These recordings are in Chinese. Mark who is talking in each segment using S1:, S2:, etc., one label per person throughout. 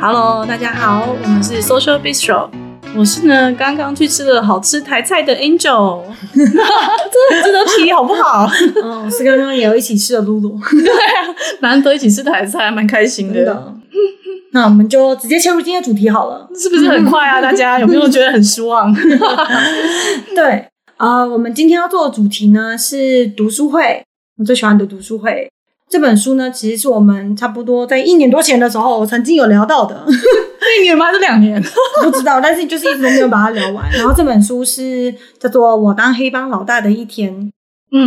S1: Hello，大家好，我们是 Social Bistro，我是呢刚刚去吃了好吃台菜的 Angel，真的值得提好不好？
S2: 嗯，我是刚刚也有一起吃的露露，
S1: 难啊得一起吃台菜，蛮开心
S2: 真
S1: 的，
S2: 的。那我们就直接切入今天的主题好了。
S1: 是不是很快啊？大家有没有觉得很失 望？
S2: 对，呃，我们今天要做的主题呢是读书会，我最喜欢的读书会。这本书呢，其实是我们差不多在一年多前的时候，我曾经有聊到的，
S1: 一年吗？还是两年？
S2: 不知道，但是就是一直都没有把它聊完。然后这本书是叫做《我当黑帮老大的一天》，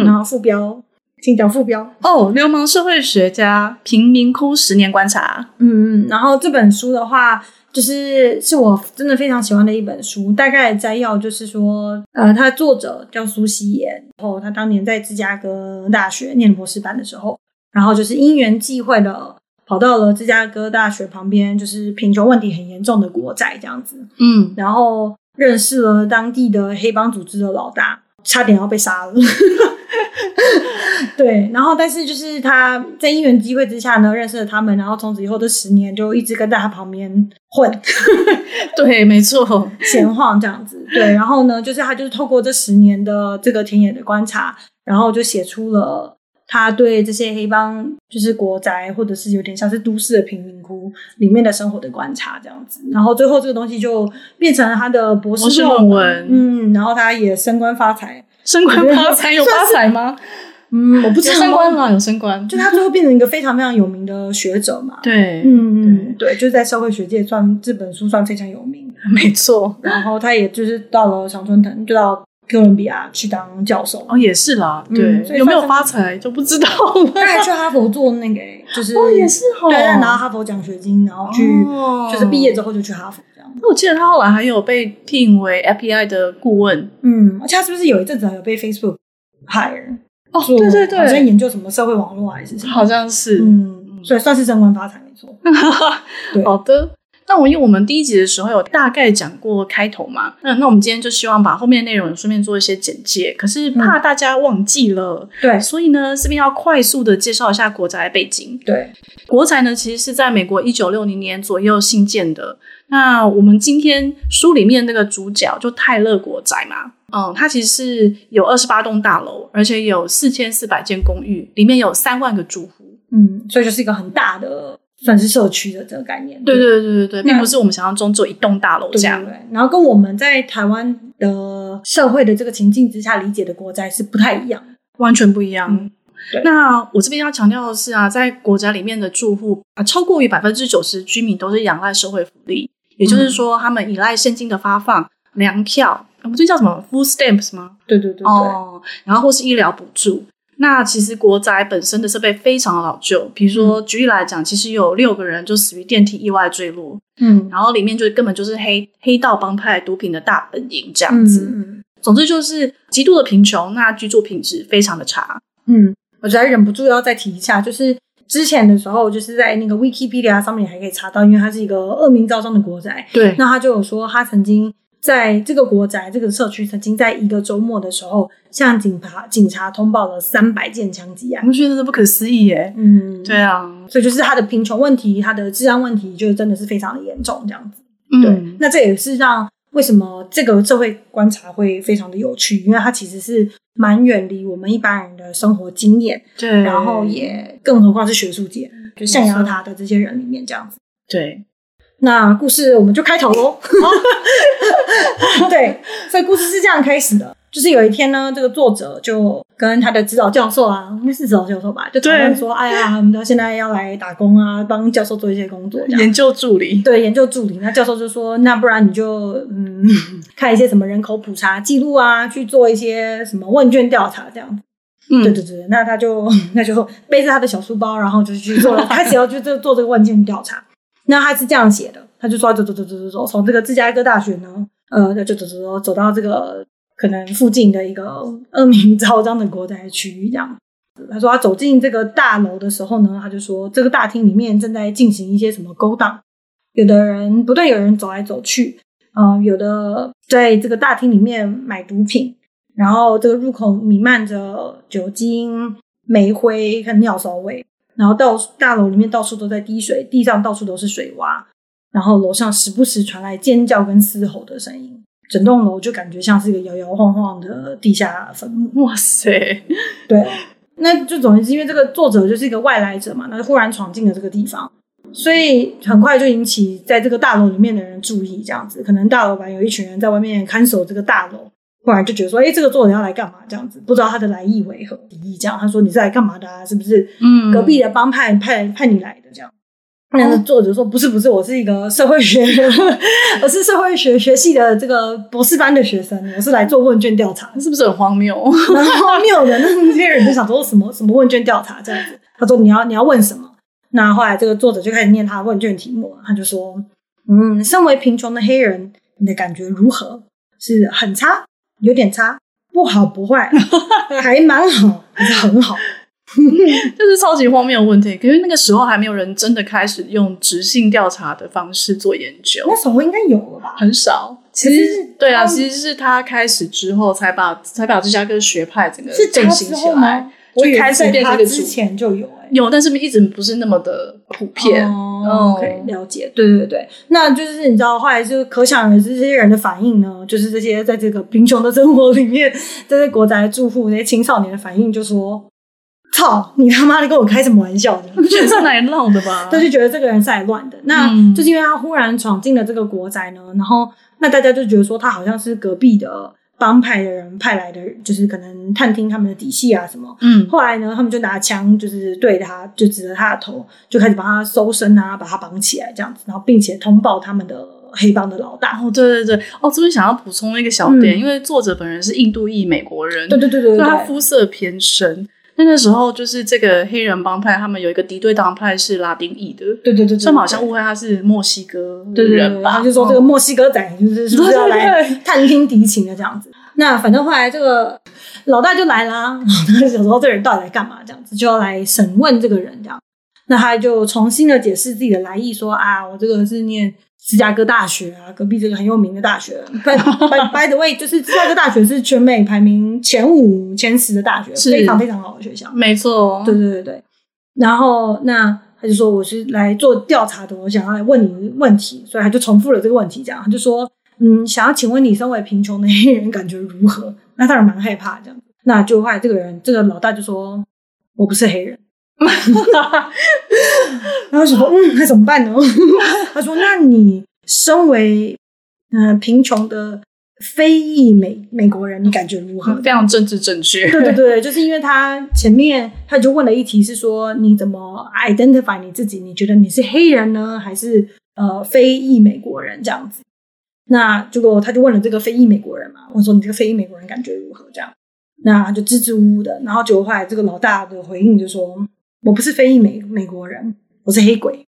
S2: 然
S1: 嗯，
S2: 后副标，请讲副标。
S1: 哦，流氓社会学家贫民窟十年观察，
S2: 嗯，嗯，然后这本书的话，就是是我真的非常喜欢的一本书。大概摘要就是说，呃，它的作者叫苏西岩，然后他当年在芝加哥大学念博士班的时候，然后就是因缘际会的跑到了芝加哥大学旁边，就是贫穷问题很严重的国宅这样子，
S1: 嗯，
S2: 然后认识了当地的黑帮组织的老大，差点要被杀了。 对，然后但是就是他在因缘机会之下呢，认识了他们，然后从此以后这十年就一直跟在他旁边混
S1: 对，没错，
S2: 闲晃这样子。对，然后呢，就是他就是透过这十年的这个田野的观察，然后就写出了他对这些黑帮，就是国宅或者是有点像是都市的贫民窟里面的生活的观察这样子。然后最后这个东西就变成了他的博
S1: 博士
S2: 士
S1: 论
S2: 论
S1: 文
S2: 嗯，然后他也升官发财。
S1: 升官发财有发财吗？
S2: 嗯，我不知
S1: 有
S2: 道
S1: 升官啦，有升官，
S2: 就他最后变成一个非常非常有名的学者嘛。
S1: 对，
S2: 嗯，嗯，对，就是在社会学界算这本书算非常有名，
S1: 没错。
S2: 然后他也就是到了常春藤，就到哥伦比亚去当教授，
S1: 哦，也是啦，
S2: 嗯
S1: 对，
S2: 所以
S1: 有没有
S2: 算是
S1: 发财就不知道
S2: 他
S1: 了。
S2: 还去哈佛做那个欸就是
S1: 哦也是哦
S2: 对，他拿到哈佛奖学金，然后去
S1: 哦
S2: 就是毕业之后就去哈佛这样。
S1: 我记得他后来还有被聘为 FBI 的顾问。
S2: 嗯，而且他是不是有一阵子还有被 Facebook hire
S1: 哦
S2: 做
S1: 对对
S2: 好像
S1: 对，
S2: 研究什么社会网络还是什么？
S1: 好像是。
S2: 嗯，所以算是嗯升官发财没错。对
S1: 好的。那我因为我们第一集的时候有大概讲过开头嘛，那那我们今天就希望把后面内容顺便做一些简介，可是怕大家忘记了，
S2: 嗯对
S1: 所以呢这边要快速的介绍一下国宅的背景。
S2: 对，
S1: 国宅呢，其实是在美国一九六零年左右兴建的。那我们今天书里面那个主角就泰勒国宅嘛，嗯，它其实是有二十八栋大楼，而且有四千四百间公寓，里面有三万个住户。
S2: 嗯，所以就是一个很大的算是社区的这个概念。
S1: 对对对对对，
S2: 那
S1: 并不是我们想象中只有一栋大楼
S2: 对
S1: 这样
S2: 对。对然后跟我们在台湾的社会的这个情境之下理解的国宅是不太一样。
S1: 完全不一样。
S2: 嗯对
S1: 那我这边要强调的是啊，在国宅里面的住户啊，超过于百分之九十居民都是仰赖社会福利，也
S2: 嗯
S1: 就是说，他们依赖现金的发放、粮票，我们这叫什么 “food stamps” 吗？
S2: 对对对对，
S1: 哦，然后或是医疗补助。那其实国宅本身的设备非常老旧，比如说举例来讲，其实有六个人就死于电梯意外坠落，
S2: 嗯，
S1: 然后里面就根本就是黑黑道帮派毒品的大本营这样
S2: 嗯
S1: 子。
S2: 嗯
S1: 总之就是极度的贫穷，那居住品质非常的差。
S2: 嗯，我觉得忍不住要再提一下，就是之前的时候，就是在那个 Wikipedia 上面还可以查到，因为它是一个恶名昭彰的国宅，
S1: 对，
S2: 那他就有说他曾经。在这个国宅这个社区，曾经在一个周末的时候，向警察警察通报了三百件枪击案。
S1: 我觉得这不可思议耶。
S2: 嗯，
S1: 对啊，
S2: 所以就是他的贫穷问题，他的治安问题，就真的是非常的严重这样子。对，
S1: 嗯，
S2: 那这也是让为什么这个社会观察会非常的有趣，因为它其实是蛮远离我们一般人的生活经验，
S1: 对，
S2: 然后也更何况是学术界，就象牙塔的这些人里面这样子。
S1: 对，
S2: 那故事我们就开头喽。
S1: 哦
S2: 对，所以故事是这样开始的。就是有一天呢，这个作者就跟他的指导教授啊，应该是指导教授吧，就讨论
S1: 对
S2: 说，哎呀，我们现在要来打工啊，帮教授做一些工作，这样
S1: 研究助理，
S2: 对研究助理，那教授就说，那不然你就嗯 看一些什么人口普查记录啊，去做一些什么问卷调查这样子。
S1: 嗯
S2: 对对对，那他就 那就背着他的小书包，然后就去做了，开始要去做做这个问卷调查。那他是这样写的，他就说走走走走走走，从这个芝加哥大学呢，呃，就走走走走走到这个可能附近的一个恶名 昭彰的国宅区域这样。他说他走进这个大楼的时候呢，他就说这个大厅里面正在进行一些什么勾当，有的人不断有人走来走去，呃，有的在这个大厅里面买毒品，然后这个入口弥漫着酒精、煤灰和尿骚味，然后到大楼里面到处都在滴水，地上到处都是水洼，然后楼上时不时传来尖叫跟嘶吼的声音，整栋楼就感觉像是一个摇摇晃晃的地下坟墓。
S1: 哇塞，
S2: 对，那就总之，因为这个作者就是一个外来者嘛，那就忽然闯进了这个地方，所以很快就引起在这个大楼里面的人注意，这样子，可能大楼板有一群人在外面看守这个大楼，忽然就觉得说，哎，这个作者要来干嘛？这样子，不知道他的来意为何，敌意这样，他说你是来干嘛的、啊？是不是？
S1: 嗯，
S2: 隔壁的帮派派派你来的这样。但是作者说不是不是，我是一个社会学， 我是社会学学系的这个博士班的学生，我是来做问卷调查的
S1: 是不是很荒谬？
S2: 然后谬的那些人就想说哦什么什么问卷调查这样子，他说你要你要问什么？那后来这个作者就开始念他的问卷题目，他就说，嗯，身为贫穷的黑人，你的感觉如何？是很差，有点差，不好不 坏，还蛮好，还是很好。
S1: 就是超级荒谬的问题。可是那个时候还没有人真的开始用直性调查的方式做研究
S2: 那，时候应该有了吧？
S1: 很少。其
S2: 可
S1: 实
S2: 是
S1: 对啊，
S2: 他们
S1: 其实是他开始之后才把才把芝加哥学派整个
S2: 是
S1: 振
S2: 他
S1: 兴
S2: 之
S1: 起
S2: 后
S1: 来
S2: 吗。？我以为
S1: 就开始
S2: 在
S1: 变成
S2: 他
S1: 一个主
S2: 之前就有、欸，
S1: 有，但是一直不是那么的普遍。
S2: 哦、OK，了解，对对对，那就是你知道，后来就可想而知，这些人的反应呢，就是这些在这个贫穷的生活里面，这些国宅住户那些青少年的反应，就说：“操，你他妈的跟我开什么玩笑呢？”
S1: 学生来闹的吧？
S2: 他就觉得这个人是来乱的。那、
S1: 嗯
S2: 就是因为他忽然闯进了这个国宅呢，然后那大家就觉得说他好像是隔壁的帮派的人派来的，就是可能探听他们的底细啊什么。
S1: 嗯，
S2: 后来呢，他们就拿枪就是对他，就指着他的头，就开始把他搜身啊，把他绑起来这样子，然后并且通报他们的黑帮的老大。
S1: 哦，对对对，哦，这边想要补充一个小点，
S2: 嗯
S1: 因为作者本人是印度裔美国人，
S2: 对对对对
S1: 所以他
S2: 对对，
S1: 肤色偏深。那那时候就是这个黑人帮派，他们有一个敌对党派是拉丁裔的，
S2: 对对对，
S1: 他们好像
S2: 对
S1: 误会他是墨西哥
S2: 对对对
S1: 人
S2: 对，
S1: 吧？嗯哦
S2: 他就说这个墨西哥仔就是是不是要来
S1: 对对对
S2: 探听敌情的这样子。那反正后来这个老大就来啦，老大就想说这人到底来干嘛这样子，就要来审问这个人这样。那他就重新的解释自己的来意，说啊，我这个是念芝加哥大学啊，隔壁这个很有名的大学。by by by the way，就是芝加哥大学是全美排名前五、前十的大学，
S1: 是
S2: 非常非常好的学校。
S1: 没错，哦
S2: 对对对对。然后那他就说我是来做调查的，我想要来问你问题，所以他就重复了这个问题，这样他就说，嗯，想要请问你身为贫穷的 黑人感觉如何？那当然蛮害怕这样，那就后来这个人这个老大就说我不是黑人。 然后想说，嗯，那怎么办呢？ 他说：“那你身为嗯、呃贫穷的非裔美美国人，你感觉如何？”
S1: 非常政治正确。
S2: 对对对，就是因为他前面他就问了一题是说你怎么 identify 你自己？你觉得你是黑人呢，还是呃非裔美国人这样子？那结果他就问了这个非裔美国人嘛，我说你这个非裔美国人感觉如何？这样，那他就支支吾吾的，然后结果后来这个老大的回应就说：“我不是非裔美美国人，我是黑鬼。”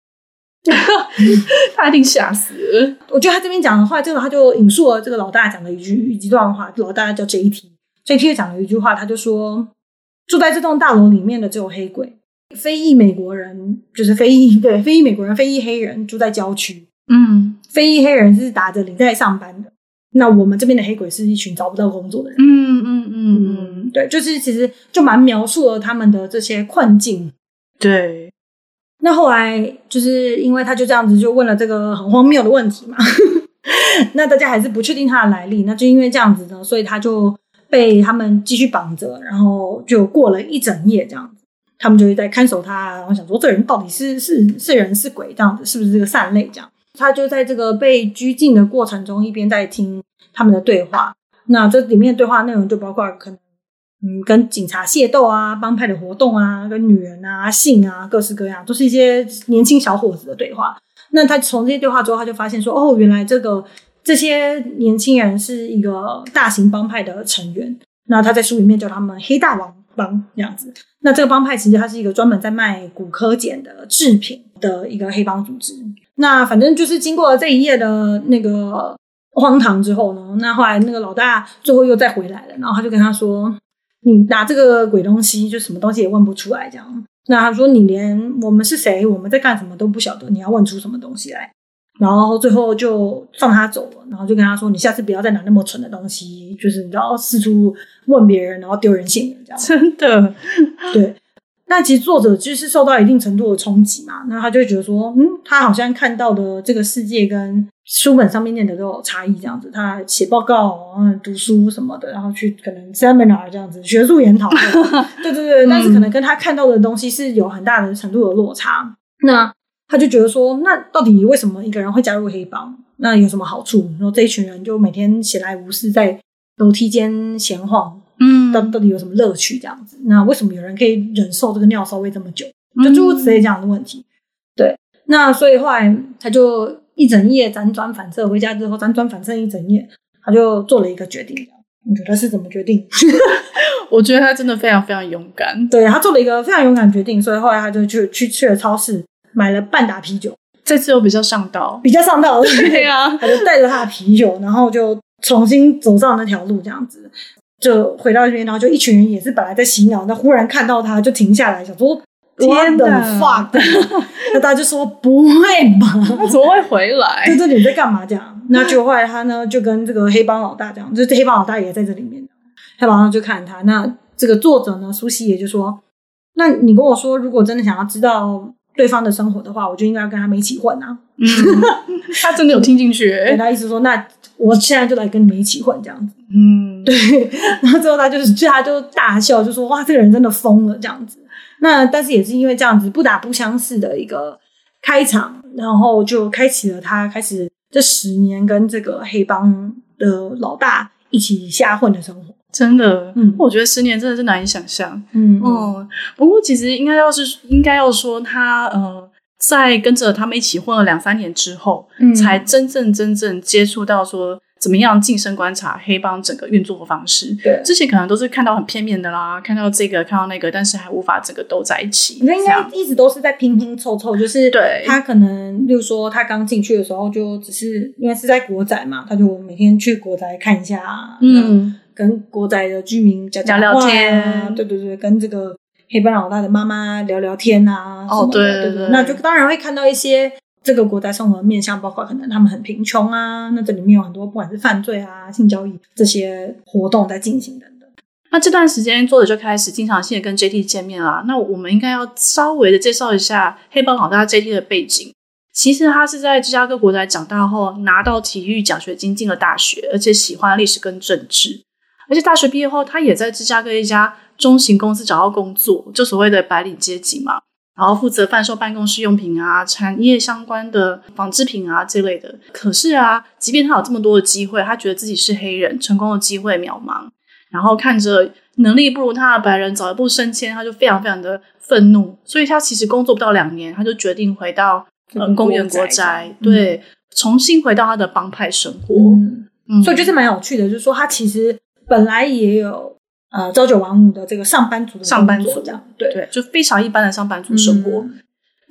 S1: 他一定吓死了。
S2: 我觉得他这边讲的话，这个他就引述了这个老大讲的一句一段话，老大叫 JT，JT 就讲了一句话，他就说住在这栋大楼里面的只有黑鬼，非裔美国人就是非裔对非裔美国人，非裔黑人住在郊区，
S1: 嗯
S2: 非裔黑人是打着领带上班的，那我们这边的黑鬼是一群找不到工作的人。
S1: 嗯嗯嗯嗯，
S2: 嗯，对，就是其实就蛮描述了他们的这些困境
S1: 对，
S2: 那后来就是因为他就这样子就问了这个很荒谬的问题嘛， 那大家还是不确定他的来历，那就因为这样子呢，所以他就被他们继续绑着，然后就过了一整夜这样子，他们就在看守他，然后想说这人到底是是是人是鬼这样子，是不是这个善类这样？他就在这个被拘禁的过程中，一边在听他们的对话，那这里面的对话内容就包括可能。嗯，跟警察械斗啊，帮派的活动啊，跟女人啊、性啊，各式各样，都是一些年轻小伙子的对话。那他从这些对话之后，他就发现说，哦，原来这个这些年轻人是一个大型帮派的成员。那他在书里面叫他们黑大王帮这样子。那这个帮派其实它是一个专门在卖骨科碱的制品的一个黑帮组织。那反正就是经过了这一夜的那个荒唐之后呢，那后来那个老大最后又再回来了，然后他就跟他说：“你拿这个鬼东西，就什么东西也问不出来这样。那他说你连我们是谁，我们在干什么都不晓得，你要问出什么东西来？然后最后就放他走了，然后就跟他说：“你下次不要再拿那么蠢的东西，就是你知道四处问别人，然后丢人现眼这样。”
S1: 真的，
S2: 对，那其实作者就是受到一定程度的冲击嘛，那他就会觉得说，嗯，他好像看到的这个世界跟书本上面念的都有差异，这样子。他写报告、嗯、读书什么的，然后去可能 seminar 这样子学术研讨会，对对对，但是可能跟他看到的东西是有很大的程度的落差。那他就觉得说，那到底为什么一个人会加入黑帮？那有什么好处？然后这一群人就每天闲来无事，在楼梯间闲晃，
S1: 嗯
S2: 到到底有什么乐趣这样子？那为什么有人可以忍受这个尿骚味这么久？
S1: 嗯
S2: 就诸如此类这样的问题。对，那所以后来他就一整夜辗转反侧，回家之后辗转反侧一整夜，他就做了一个决定。你觉得是怎么决定？
S1: 我觉得他真的非常非常勇敢。
S2: 对他做了一个非常勇敢的决定，所以后来他就去去去了超市买了半打啤酒，
S1: 这次又比较上 道。
S2: 比较上道的。
S1: 对呀、
S2: 他就带着他的啤酒，然后就重新走上那条路，这样子就回到这边，然后就一群人也是本来在洗脑，那忽然看到他就停下来，想说
S1: 天
S2: 的
S1: 哪
S2: fuck，那大家就说不会吧？
S1: 他怎么会回来
S2: 在？这里在干嘛？这样，那就后来他呢就跟这个黑帮老大讲，就是黑帮老大也在这里面，黑帮老大就看他。那这个作者呢，苏西也就说，那你跟我说，如果真的想要知道对方的生活的话，我就应该跟他们一起混啊。
S1: 嗯，他真的有听进去。
S2: 给他意思说，那我现在就来跟你们一起混这样子。
S1: 嗯，对，
S2: 然后最后他就是，就他就大笑，就说：“哇，这个人真的疯了这样子。”那但是也是因为这样子不打不相识的一个开场，然后就开启了他开始这十年跟这个黑帮的老大一起瞎混的生活。
S1: 真的，
S2: 嗯
S1: 我觉得十年真的是难以想象。
S2: 嗯
S1: 嗯，不过其实应该要是应该要说他呃，在跟着他们一起混了两三年之后，
S2: 嗯
S1: 才真正真正接触到说怎么样近身观察黑帮整个运作方式。
S2: 对
S1: 之前可能都是看到很片面的啦，看到这个看到那个，但是还无法整个都在一起。
S2: 我觉得应
S1: 这
S2: 该
S1: 样
S2: 一直都是在拼拼凑凑，就是
S1: 对
S2: 他可能，例如说他刚进去的时候，就只是因为是在国宅嘛，他就每天去国宅看一下啊，
S1: 嗯，
S2: 跟国宅的居民讲讲
S1: 聊聊
S2: 话啊
S1: 天
S2: 对对对，跟这个黑帮老大的妈妈聊聊天啊，
S1: 哦
S2: 什么的
S1: 对
S2: 对
S1: 对对
S2: 那就当然会看到一些这个国宅生活的面向，包括可能他们很贫穷啊，那这里面有很多不管是犯罪啊、性交易这些活动在进行等等。
S1: 那这段时间作者就开始经常性的跟 JT 见面啦。那我们应该要稍微的介绍一下黑帮老大 JT 的背景。其实他是在芝加哥国宅长大后，拿到体育奖学金进了大学，而且喜欢历史跟政治。而且大学毕业后，他也在芝加哥一家中型公司找到工作，就所谓的白领阶级嘛。然后负责贩售办公室用品啊、产业相关的纺织品啊这类的。可是啊，即便他有这么多的机会，他觉得自己是黑人，成功的机会渺茫。然后看着能力不如他的白人早一步升迁，他就非常非常的愤怒。所以他其实工作不到两年，他就决定回到
S2: 这
S1: 呃
S2: 个
S1: 公园
S2: 国
S1: 国
S2: 宅
S1: 宅，对，重新回到他的帮派生活。
S2: 嗯，
S1: 嗯
S2: 所以就是蛮有趣的，就是说他其实本来也有呃朝九晚五的这个上班族的
S1: 上班
S2: 工作
S1: 族
S2: 这样，对，
S1: 对，就非常一般的上班族生 活。
S2: 嗯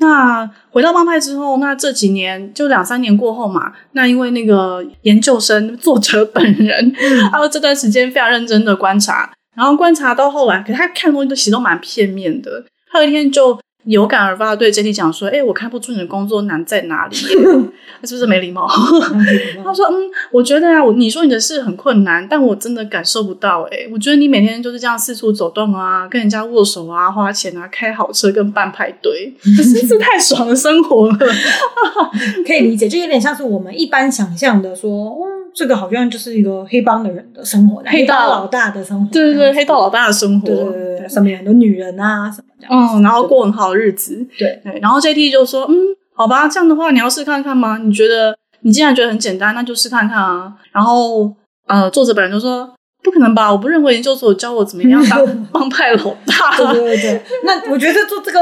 S1: 那回到帮派之后，那这几年就两三年过后嘛，那因为那个研究生作者本人，
S2: 嗯
S1: 他有这段时间非常认真的观察，然后观察到后来，可他看的东西都其实都蛮片面的。他有一天就有感而发，对 JT 讲说：“哎、我看不出你的工作难在哪里耶，他是不是没礼貌？”他说：“嗯，我觉得啊，我你说你的事很困难，但我真的感受不到、欸。我觉得你每天就是这样四处走动啊，跟人家握手啊，花钱啊，开好车跟办派 对，这是这太爽的生活了。
S2: 可以理解，就有点像是我们一般想象的说，嗯，这个好像就是一个黑帮的人的生活，
S1: 黑道
S2: 帮老大的生活，
S1: 对对对，黑道
S2: 老
S1: 老大的生活，
S2: 对对对对，什么很多女人啊什么这样子，
S1: 嗯，然后过很好的日子。
S2: 对
S1: 对，然后 JT 就说：嗯，好吧，这样的话你要试看看吗？你觉得你既然觉得很简单，那就试看看啊。然后呃，作者本人就说：不可能吧，我不认为研究所教我怎么样 当帮派老大。
S2: 对对对对，那我觉得做这个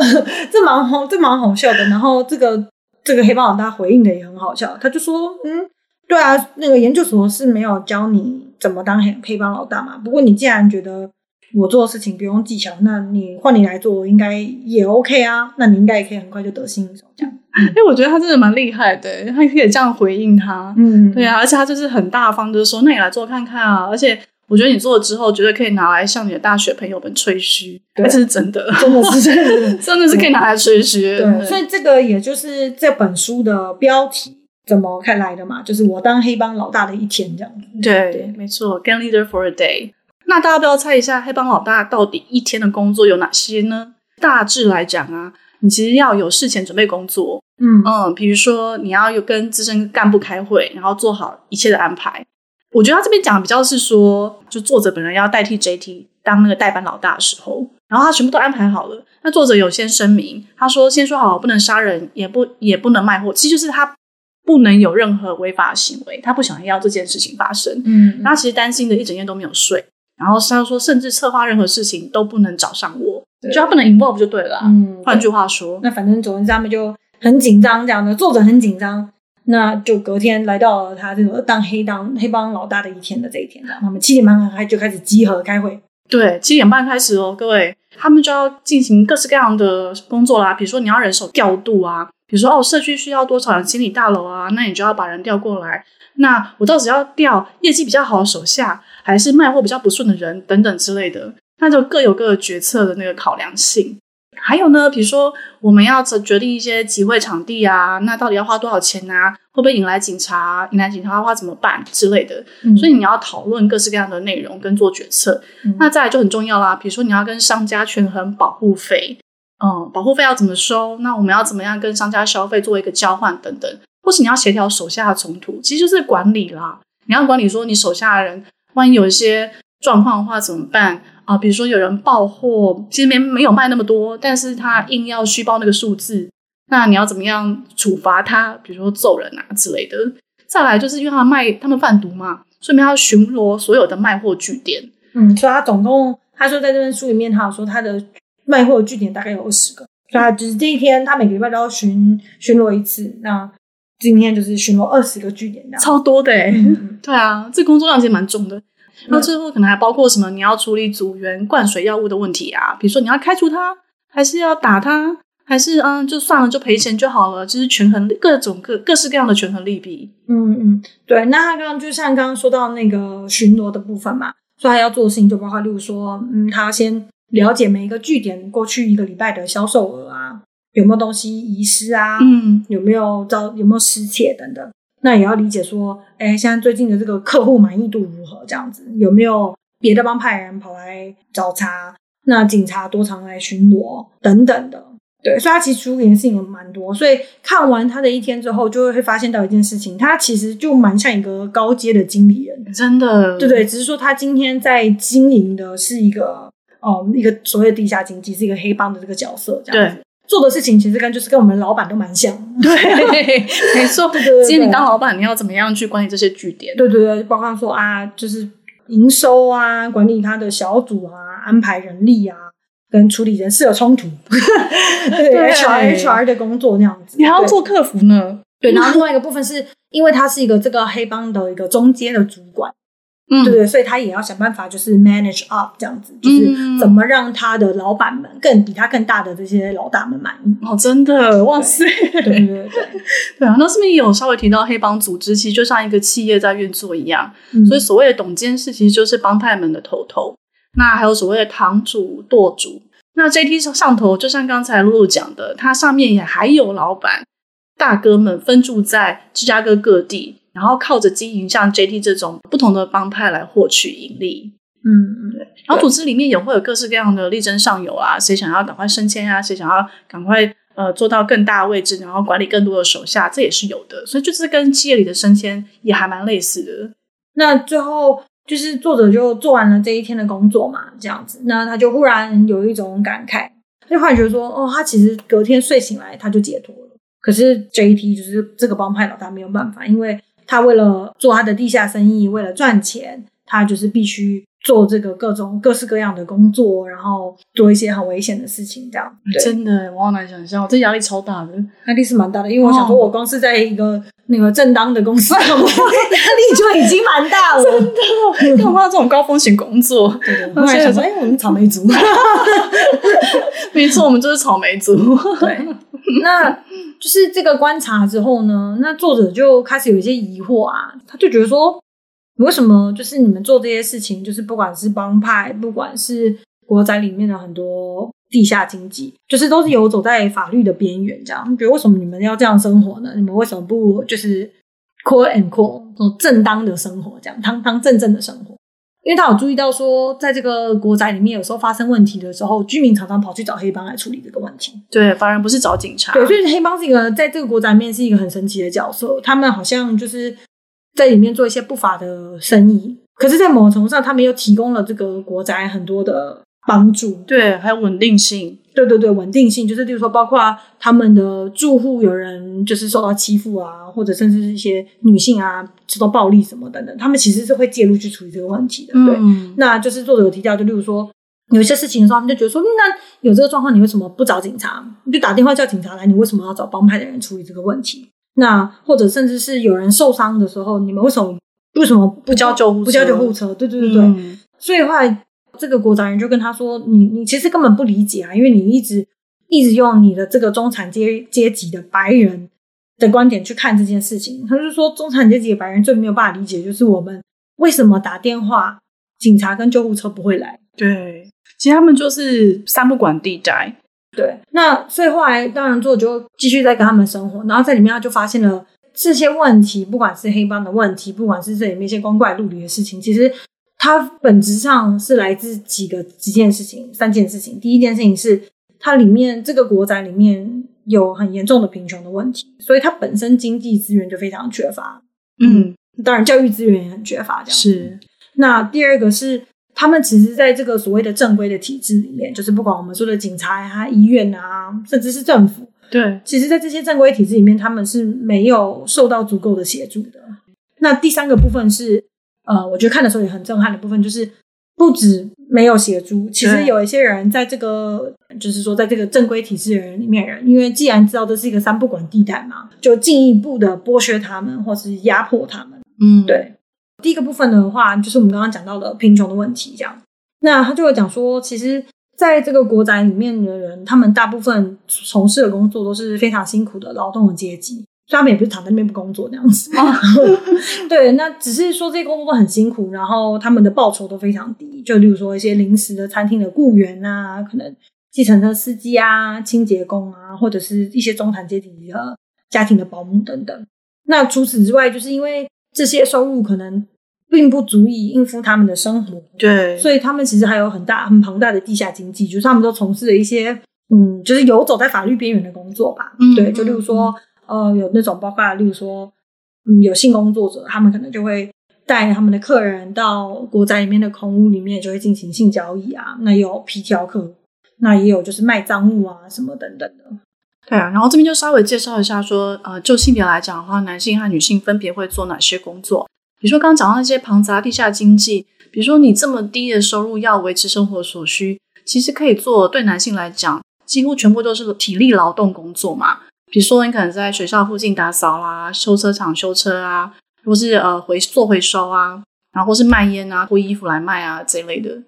S2: 这蛮好，这蛮好笑的。然后这个这个黑帮老大回应的也很好笑，他就说，嗯，对啊，那个研究所是没有教你怎么当黑黑帮老大嘛。不过你既然觉得我做的事情不用技巧，那你换你来做，我应该也 OK 啊。那你应该也可以很快就得心应手这样。
S1: 因哎为我觉得他真的蛮厉害的，他可以这样回应他。
S2: 嗯，
S1: 对啊，而且他就是很大方，就是说，那你来做看看啊。而且我觉得你做了之后，绝对可以拿来向你的大学朋友们吹嘘，哎
S2: 对
S1: 这是真的，
S2: 真的是真的是
S1: 真的是可以拿来吹嘘。嗯
S2: 对，所以这个也就是这本书的标题。怎么看来的嘛，就是我当黑帮老大的一天这样子。
S1: 对，
S2: 对
S1: 没错，Gang Leader for a Day。那大家不要猜一下，黑帮老大到底一天的工作有哪些呢？大致来讲啊，你其实要有事前准备工作，
S2: 嗯
S1: 嗯，比如说你要有跟资深干部开会，然后做好一切的安排。我觉得他这边讲比较是说，就作者本人要代替 JT 当那个代班老大的时候，然后他全部都安排好了。那作者有先声明，他说先说好不能杀人，也不也不能卖货，其实就是他不能有任何违法行为，他不想要这件事情发生。
S2: 嗯
S1: 他其实担心的一整夜都没有睡，然后他说甚至策划任何事情都不能找上我，
S2: 对
S1: 就他不能 involve 就对了啊、
S2: 嗯，
S1: 换句话说，
S2: 那反正总之他们就很紧张，这样的作者很紧张。那就隔天来到了他这个当黑当黑帮老大的一天的这一天，这样他们七点半开就开始集合开会。
S1: 对，七点半开始哦，各位，他们就要进行各式各样的工作啦，比如说你要人手调度啊，比如说哦，社区需要多少人清理大楼啊，那你就要把人调过来。那我到底要调业绩比较好的手下，还是卖货比较不顺的人等等之类的，那就各有各的决策的那个考量性。还有呢，比如说我们要决定一些集会场地啊，那到底要花多少钱啊？会不会引来警察啊？引来警察的话怎么办之类的？
S2: 嗯
S1: 所以你要讨论各式各样的内容跟做决策。
S2: 嗯
S1: 那再来就很重要啦，比如说你要跟商家权衡保护费，嗯，保护费要怎么收？那我们要怎么样跟商家消费做一个交换等等，或是你要协调手下的冲突，其实就是管理啦。你要管理说你手下的人，万一有一些状况的话怎么办啊？比如说有人爆货，其实没没有卖那么多，但是他硬要虚报那个数字，那你要怎么样处罚他？比如说揍人啊之类的。再来就是因为他卖他们贩毒嘛，所以我们要巡逻所有的卖货据点。
S2: 嗯，所以他总共他说在这本书里面，他有说他的卖货据点大概有二十个，所以他就是这一天他每个礼拜都要巡巡逻一次。那今天就是巡逻二十个据点这样。
S1: 超多的哎、
S2: 嗯嗯
S1: 对啊，这工作量其实蛮重的。那最后可能还包括什么？你要处理组员灌水药物的问题啊，比如说你要开除他，还是要打他，还是嗯就算了就赔钱就好了，就是权衡各种各各式各样的权衡利弊。
S2: 嗯，嗯，对。那他刚刚就像刚刚说到那个巡逻的部分嘛，所以他要做的事情就包括，例如说，嗯，他要先了解每一个据点过去一个礼拜的销售额啊，有没有东西遗失啊，
S1: 嗯，
S2: 有没有遭有没有失窃等等。那也要理解说，哎，现在最近的这个客户满意度如何？这样子有没有别的帮派人跑来找茬？那警察多常来巡逻等等的。对，所以他其实处理的事情也蛮多。所以看完他的一天之后，就会发现到一件事情，他其实就蛮像一个高阶的经理人，
S1: 嗯真的，
S2: 对对，只是说他今天在经营的是一个，哦、一个所谓的地下经济，是一个黑帮的这个角色，这样子
S1: 对
S2: 做的事情其实跟就是跟我们老板都蛮像。
S1: 对，没错。
S2: 对对对
S1: 今天你当老板，你要怎么样去管理这些据点？
S2: 对对对，包括说啊，就是营收啊，管理他的小组啊，安排人力啊，跟处理人事的冲突， 对
S1: 对
S2: HR HR 的工作那样子，
S1: 你还要
S2: 对
S1: 做客服呢。
S2: 对。然后另外一个部分是因为他是一个这个黑帮的一个中间的主管，
S1: 嗯，
S2: 对对，所以他也要想办法就是 manage up 这样子，就是
S1: 嗯
S2: 怎么让他的老板们更比他更大的这些老大们满意。
S1: 哦，真的，哇塞！
S2: 对对对对，
S1: 对啊，那是不是也有稍微提到黑帮组织，其实就像一个企业在运作一样，
S2: 嗯
S1: 所以所谓的董监事其实就是帮派们的头头，那还有所谓的堂主、舵主。那 JT 上头，就像刚才露露讲的，它上面也还有老板大哥们分驻在芝加哥各地，然后靠着经营像 JT 这种不同的帮派来获取盈利。
S2: 嗯嗯
S1: 然后组织里面也会有各式各样的力争上游啊，谁想要赶快升迁啊，谁想要赶快呃做到更大的位置，然后管理更多的手下，这也是有的。所以就是跟企业里的升迁也还蛮类似的。
S2: 那最后就是作者就做完了这一天的工作嘛，这样子，那他就忽然有一种感慨，他就忽然觉得说，哦，他其实隔天睡醒来他就解脱了。可是 JT 就是这个帮派老大没有办法，因为他为了做他的地下生意，为了赚钱，他就是必须做这个各种各式各样的工作，然后做一些很危险的事情，这样。对。
S1: 真的，欸我好难想象，这压力超大的。
S2: 压力是蛮大的，因为我想说，
S1: 哦
S2: 我光是在一个那个正当的公司，我 压力就已经蛮大 了。真的，哦
S1: 干嘛这种高风险工作？
S2: 对对，后来想说，哎、我们草莓族。
S1: 没错，我们就是草莓族。
S2: 对，那就是这个观察之后呢，那作者就开始有一些疑惑啊，他就觉得说，为什么就是你们做这些事情，就是不管是帮派，不管是国宅里面的很多地下经济，就是都是游走在法律的边缘，这样，觉得为什么你们要这样生活呢？你们为什么不就是 quote and quote 正当的生活，这样堂堂正正的生活。因为他有注意到说，在这个国宅里面，有时候发生问题的时候，居民常常跑去找黑帮来处理这个问题。
S1: 对，反而不是找警察。
S2: 对，所以黑帮是一个在这个国宅里面是一个很神奇的角色，他们好像就是在里面做一些不法的生意，可是，在某种程度上，他们又提供了这个国宅很多的帮助。
S1: 对，还有稳定性。
S2: 对对对，稳定性就是，例如说，包括他们的住户有人就是受到欺负啊，或者甚至是一些女性啊受到暴力什么等等，他们其实是会介入去处理这个问题的。对，
S1: 嗯，
S2: 那就是作者有提到，就例如说有一些事情的时候，他们就觉得说，嗯那有这个状况，你为什么不找警察？你就打电话叫警察来，你为什么要找帮派的人处理这个问题？那或者甚至是有人受伤的时候，你们为什么为什么不
S1: 不叫救护车
S2: 不叫救护车？对对对对。
S1: 嗯
S2: 所以后来这个国宅人就跟他说：“你你其实根本不理解啊，因为你一直一直用你的这个中产阶阶级的白人的观点去看这件事情。”他就说，中产阶级的白人最没有办法理解，就是我们为什么打电话，警察跟救护车不会来。
S1: 对，其实他们就是三不管地带。
S2: 对，那所以后来当然作者就继续在跟他们生活，然后在里面他就发现了这些问题，不管是黑帮的问题，不管是这里面一些光怪陆离的事情，其实它本质上是来自几个几件事情，三件事情。第一件事情是它里面这个国宅里面有很严重的贫穷的问题，所以它本身经济资源就非常缺乏，
S1: 嗯，
S2: 当然教育资源也很缺乏，这样
S1: 是，
S2: 那第二个是，他们其实在这个所谓的正规的体制里面，就是不管我们说的警察啊、医院啊，甚至是政府，
S1: 对，
S2: 其实在这些正规体制里面，他们是没有受到足够的协助的。那第三个部分是，呃，我觉得看的时候也很震撼的部分，就是不止没有协助，其实
S1: 对
S2: 有一些人在这个，就是说在这个正规体制的人里面人，因为既然知道这是一个三不管地带嘛，就进一步的剥削他们，或是压迫他们。
S1: 嗯，，
S2: 对，第一个部分的话，就是我们刚刚讲到的贫穷的问题，这样。那他就有讲说，其实在这个国宅里面的人，他们大部分从事的工作都是非常辛苦的劳动的阶级，所以他们也不是躺在那边不工作那样子。 对，那只是说这些工作都很辛苦，然后他们的报酬都非常低，就例如说一些临时的餐厅的雇员啊，可能计程车司机啊、清洁工啊，或者是一些中产阶级的家庭的保姆等等。那除此之外，就是因为这些收入可能并不足以应付他们的生活，
S1: 对，
S2: 所以他们其实还有很大、很庞大的地下经济，就是他们都从事了一些嗯，就是游走在法律边缘的工作吧。
S1: 嗯
S2: 对，就例如说呃，有那种包括例如说嗯，有性工作者，他们可能就会带他们的客人到国宅里面的空屋里面，就会进行性交易啊。那有皮条客，那也有就是卖赃物啊什么等等的。
S1: 对啊，然后这边就稍微介绍一下说，呃，就性别来讲的话，男性和女性分别会做哪些工作？比如说刚刚讲到那些庞杂地下经济，比如说你这么低的收入要维持生活所需，其实可以做对男性来讲，几乎全部都是体力劳动工作嘛。比如说你可能在学校附近打扫啦、修车厂修车啊，或是呃回做回收啊，然后或是卖烟啊、脱衣服来卖啊这一类的。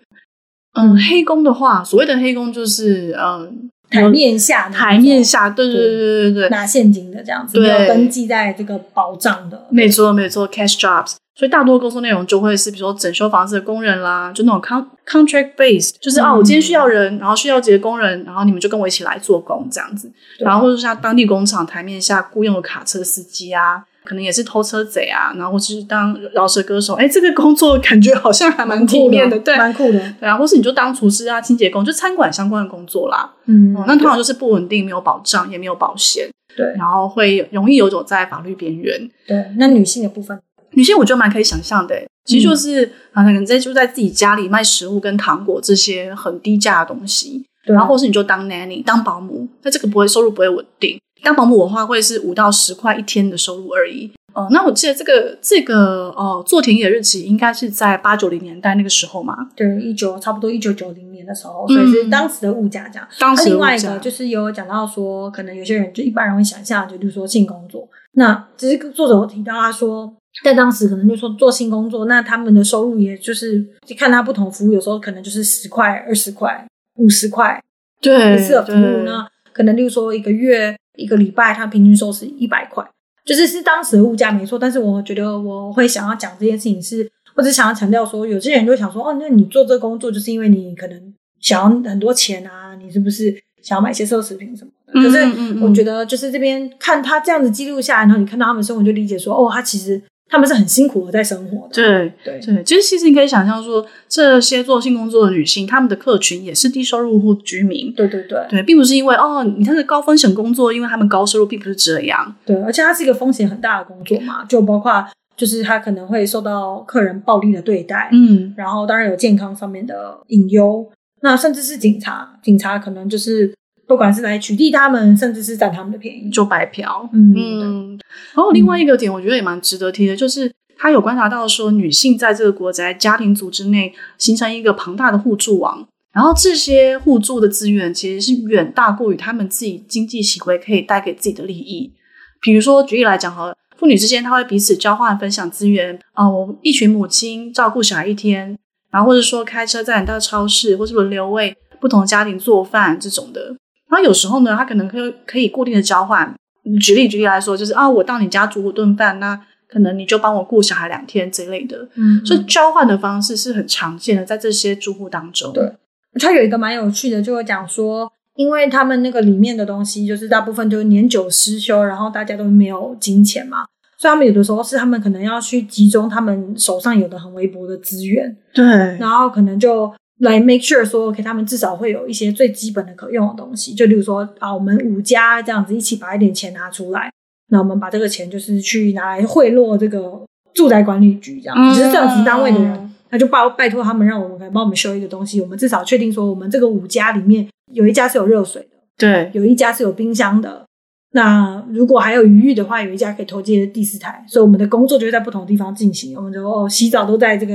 S1: 嗯，黑工的话，所谓的黑工就是嗯
S2: 台面下的那种
S1: 台面下，对对对对对对，
S2: 拿现金的这样子，
S1: 对
S2: 没有登记在这个保障的。
S1: 没错，没错，cash jobs。所以大多工作内容就会是，比如说整修房子的工人啦，就那种 con contract based，就是啊，
S2: 嗯
S1: 我今天需要人，然后需要几个工人，然后你们就跟我一起来做工这样子。
S2: 对
S1: 然后或者像当地工厂台面下雇佣的卡车司机啊，可能也是偷车贼啊，然后或是当饶舌歌手，哎，这个工作感觉好像还蛮体面的，对。
S2: 蛮酷的。
S1: 对啊，或是你就当厨师啊、清洁工，就餐馆相关的工作啦。
S2: 嗯
S1: 嗯，那通常就是不稳定、没有保障、也没有保险，
S2: 对
S1: 然后会容易游走在法律边缘。
S2: 对，那女性的部分，
S1: 女性我觉得蛮可以想象的欸，其实
S2: 嗯
S1: 就是啊，可能在就在自己家里卖食物跟糖果这些很低价的东西，
S2: 对啊
S1: 然后或是你就当 nanny 当保姆，那这个不会收入不会稳定。当保姆的话会是五到十块一天的收入而已。哦、那我记得这个这个哦，做田野日期应该是在八九零年代那个时候嘛，
S2: 对一九差不多一九九零年的时候，所以是当时的物价这样。
S1: 嗯当
S2: 那
S1: 时
S2: 啊另外一
S1: 物价
S2: 个就是有讲到说，可能有些人就一般人会想象，就比如说性工作。那只是作者有提到，他说在当时可能就说做性工作，那他们的收入也就是就看他不同服务，有时候可能就是十块、二十块、五十块
S1: 对
S2: 一次的服务
S1: 对
S2: 呢，可能例如说一个月、一个礼拜，它平均收是一百块，就是是当时的物价没错。但是我觉得我会想要讲这件事情是，我只想要强调说，有些人就会想说，哦，那你做这个工作就是因为你可能想要很多钱啊，你是不是想要买一些奢侈品什么的。
S1: 嗯
S2: 可是
S1: 嗯嗯
S2: 我觉得，就是这边看他这样子记录下来，然后你看到他们生活，就理解说，哦，他其实他们是很辛苦的在生活的。
S1: 对
S2: 对
S1: 对，其实其实你可以想象说，这些做性工作的女性，她们的客群也是低收入户居民。
S2: 对对对
S1: 对，并不是因为哦，你这是高风险工作，因为他们高收入，并不是这样。
S2: 对，而且它是一个风险很大的工作嘛，就包括就是他可能会受到客人暴力的对待，
S1: 嗯
S2: 然后当然有健康上面的隐忧，那甚至是警察，警察可能就是不管是来取缔他们，甚至是占他们的便宜。
S1: 就白嫖。
S2: 嗯
S1: 嗯，然后另外一个点，我觉得也蛮值得提的，就是他有观察到说，女性在这个国家家庭组织内形成一个庞大的互助网，然后这些互助的资源其实是远大过于他们自己经济行为可以带给自己的利益。比如说，举例来讲好了。父女之间，她会彼此交换分享资源啊、我们一群母亲照顾小孩一天，然后或者说开车载你到超市，或是轮流为不同家庭做饭这种的。然后有时候呢，他可能可以可以固定的交换，举例举例来说，就是啊，我到你家煮顿饭，那可能你就帮我顾小孩两天这类的。
S2: 嗯
S1: 所以交换的方式是很常见的，在这些住户当中。
S2: 对他有一个蛮有趣的，就会讲说，因为他们那个里面的东西，就是大部分就是年久失修，然后大家都没有金钱嘛，所以他们有的时候是他们可能要去集中他们手上有的很微薄的资源，
S1: 对
S2: 然后可能就来 make sure 说给他们至少会有一些最基本的可用的东西，就例如说啊，我们五家这样子一起把一点钱拿出来，那我们把这个钱就是去拿来贿赂这个住宅管理局这样
S1: 嗯
S2: 子，就是政府单位的人，他就拜拜托他们让我们可以帮我们修一个东西，我们至少确定说我们这个五家里面有一家是有热水的，
S1: 对
S2: 有一家是有冰箱的。那如果还有余裕的话，有一家可以投接第四台，所以我们的工作就会在不同地方进行。我们就、哦、洗澡都在这个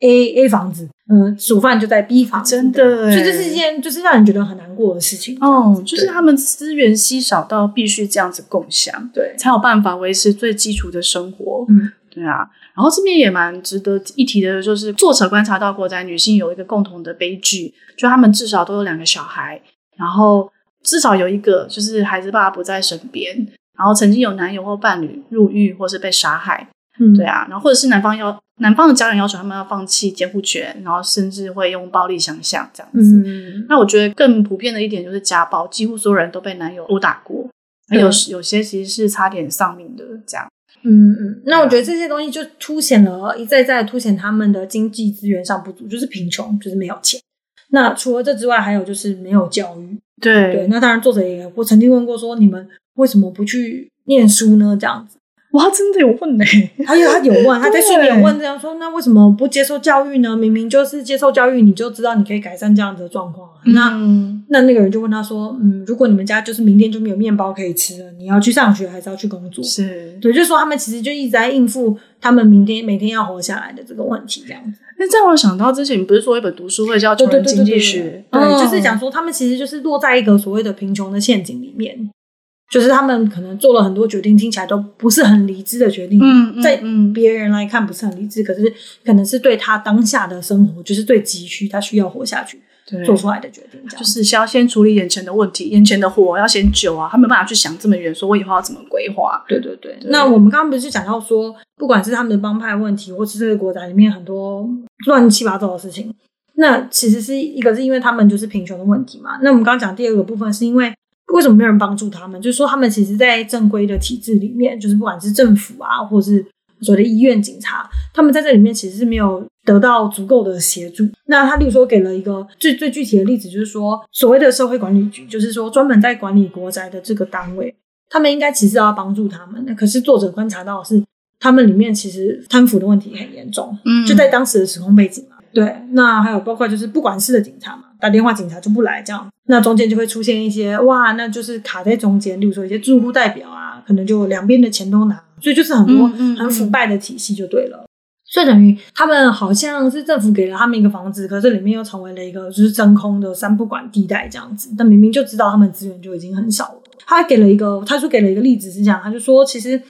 S2: A A 房子，嗯，煮饭就在 B 房子，
S1: 真的欸
S2: 所以这是一件就是让人觉得很难过的事情。
S1: 哦，就是
S2: 对
S1: 他们资源稀少到必须这样子共享，
S2: 对，
S1: 才有办法维持最基础的生活。
S2: 嗯，
S1: 对啊。然后这边也蛮值得一提的，就是作者观察到国宅女性有一个共同的悲剧，就她们至少都有两个小孩，然后至少有一个就是孩子爸爸不在身边，然后曾经有男友或伴侣入狱或是被杀害，
S2: 嗯，
S1: 对，啊，然后或者是男方要男方的家人要求他们要放弃监护权，然后甚至会用暴力相向这样子。
S2: 嗯，
S1: 那我觉得更普遍的一点就是家暴，几乎所有人都被男友殴打过，还有有些其实是差点丧命的这样。
S2: 嗯嗯，那我觉得这些东西就凸显了一再再凸显他们的经济资源上不足，就是贫穷，就是没有钱。那除了这之外，还有就是没有教育。对，那当然作者也我曾经问过说，你们为什么不去念书呢？这 样子，
S1: 哇，真的有问 呢、
S2: 他有他有问，他在
S1: 对
S2: 书里有问这样说，那为什么不接受教育呢？明明就是接受教育，你就知道你可以改善这样子的状况啊、那
S1: 嗯
S2: 那那个人就问他说，嗯，如果你们家就是明天就没有面包可以吃了，你要去上学还是要去工作？
S1: 是，
S2: 对，就是说他们其实就一直在应付他们明天每天要活下来的这个问题，这样子。
S1: 那这让我想到之前你不是做一本读书会叫《
S2: 对
S1: 穷
S2: 对
S1: 人
S2: 对
S1: 经
S2: 对
S1: 济
S2: 对
S1: 学嗯
S2: 对，》，嗯对，就是讲
S1: 讲
S2: 说他们其实就是落在一个所谓的贫穷的陷阱里面，就是他们可能做了很多决定，听起来都不是很理智的决定，
S1: 嗯嗯
S2: 在
S1: 嗯
S2: 别人来看不是很理智，可是可能是对他当下的生活就是最急需，他需要活下去
S1: 对
S2: 做出来的决定，这
S1: 就
S2: 样
S1: 是要先处理眼前的问题，眼前的火要先救啊，他没办法去想这么远，说我以后要怎么规划。
S2: 对对对，
S1: 对
S2: 那我们刚刚不是讲到说，不管是他们的帮派问题，或是这个国宅里面很多乱七八糟的事情，那其实是一个是因为他们就是贫穷的问题嘛。那我们刚刚讲第二个部分，是因为为什么没有人帮助他们？就是说他们其实，在正规的体制里面，就是不管是政府啊，或是所谓的医院、警察，他们在这里面其实是没有得到足够的协助。那他例如说给了一个最最具体的例子，就是说所谓的社会管理局，就是说专门在管理国宅的这个单位，他们应该其实要帮助他们的。可是作者观察到的是，他们里面其实贪腐的问题很严重，
S1: 嗯
S2: 就在当时的时空背景嘛。对，那还有包括就是不管事的警察嘛，打电话警察就不来这样，那中间就会出现一些哇，那就是卡在中间，例如说一些住户代表啊，可能就两边的钱都拿，所以就是很多
S1: 嗯嗯嗯
S2: 很腐败的体系就对了。所以等于他们好像是政府给了他们一个房子，可是里面又成为了一个就是真空的三不管地带这样子。但明明就知道他们资源就已经很少了。他给了一个，他就给了一个例子是这样，他就说其实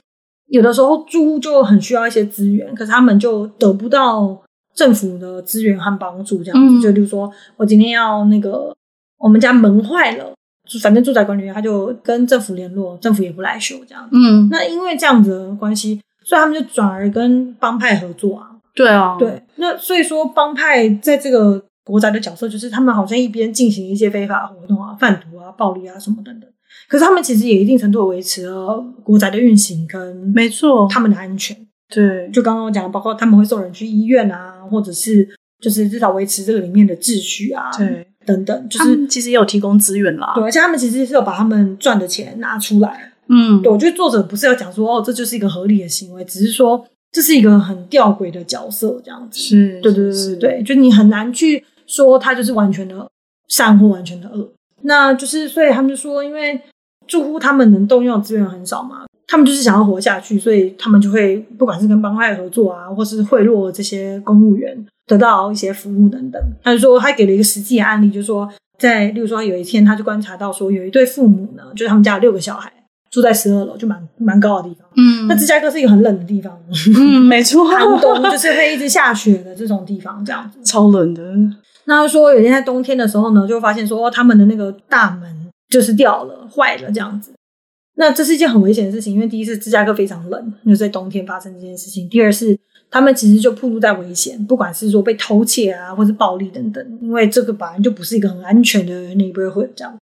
S2: 有的时候住户就很需要一些资源，可是他们就得不到政府的资源和帮助这样子。
S1: 嗯
S2: 就例如说我今天要那个我们家门坏了，就反正住宅管理员他就跟政府联络，政府也不来修这样子。
S1: 嗯，
S2: 那因为这样子的关系，所以他们就转而跟帮派合作啊。
S1: 对啊，
S2: 对，那所以说帮派在这个国宅的角色，就是他们好像一边进行一些非法活动啊、贩毒啊、暴力啊什么等等，可是他们其实也一定程度地维持了国宅的运行跟
S1: 没错，
S2: 他们的安全。
S1: 对，
S2: 就刚刚我讲的，包括他们会送人去医院啊，或者是就是至少维持这个里面的秩序啊，
S1: 对，
S2: 等等，就
S1: 他
S2: 是
S1: 们其实也有提供资源啦。
S2: 对，而且他们其实是有把他们赚的钱拿出来，
S1: 嗯，
S2: 对，我觉得作者不是要讲说哦，这就是一个合理的行为，只是说这是一个很吊诡的角色这样子。
S1: 是，
S2: 对对对
S1: 是
S2: 对，对，就你很难去说他就是完全的善或完全的恶。那就是所以他们就说，因为住户他们能动用的资源很少嘛，他们就是想要活下去，所以他们就会不管是跟帮派合作啊，或是贿赂这些公务员，得到一些服务等等。他就说他给了一个实际的案例，就说在例如说有一天他就观察到说有一对父母呢，就是他们家有六个小孩住在十二楼，就蛮蛮高的地方。
S1: 嗯，
S2: 那芝加哥是一个很冷的 地方，
S1: 嗯，没错，
S2: 寒冬就是会一直下雪的这种地方，这样子。
S1: 超冷 的，
S2: 那他说有一天在冬天的时候呢，就发现说哦他们的那个大门就是掉了、坏了这样子。那这是一件很危险的事情，因为第一是芝加哥非常冷，就是在冬天发生这件事情；第二是他们其实就暴露在危险，不管是说被偷窃啊，或是暴力等等，因为这个本来就不是一个很安全的 neighborhood 这样。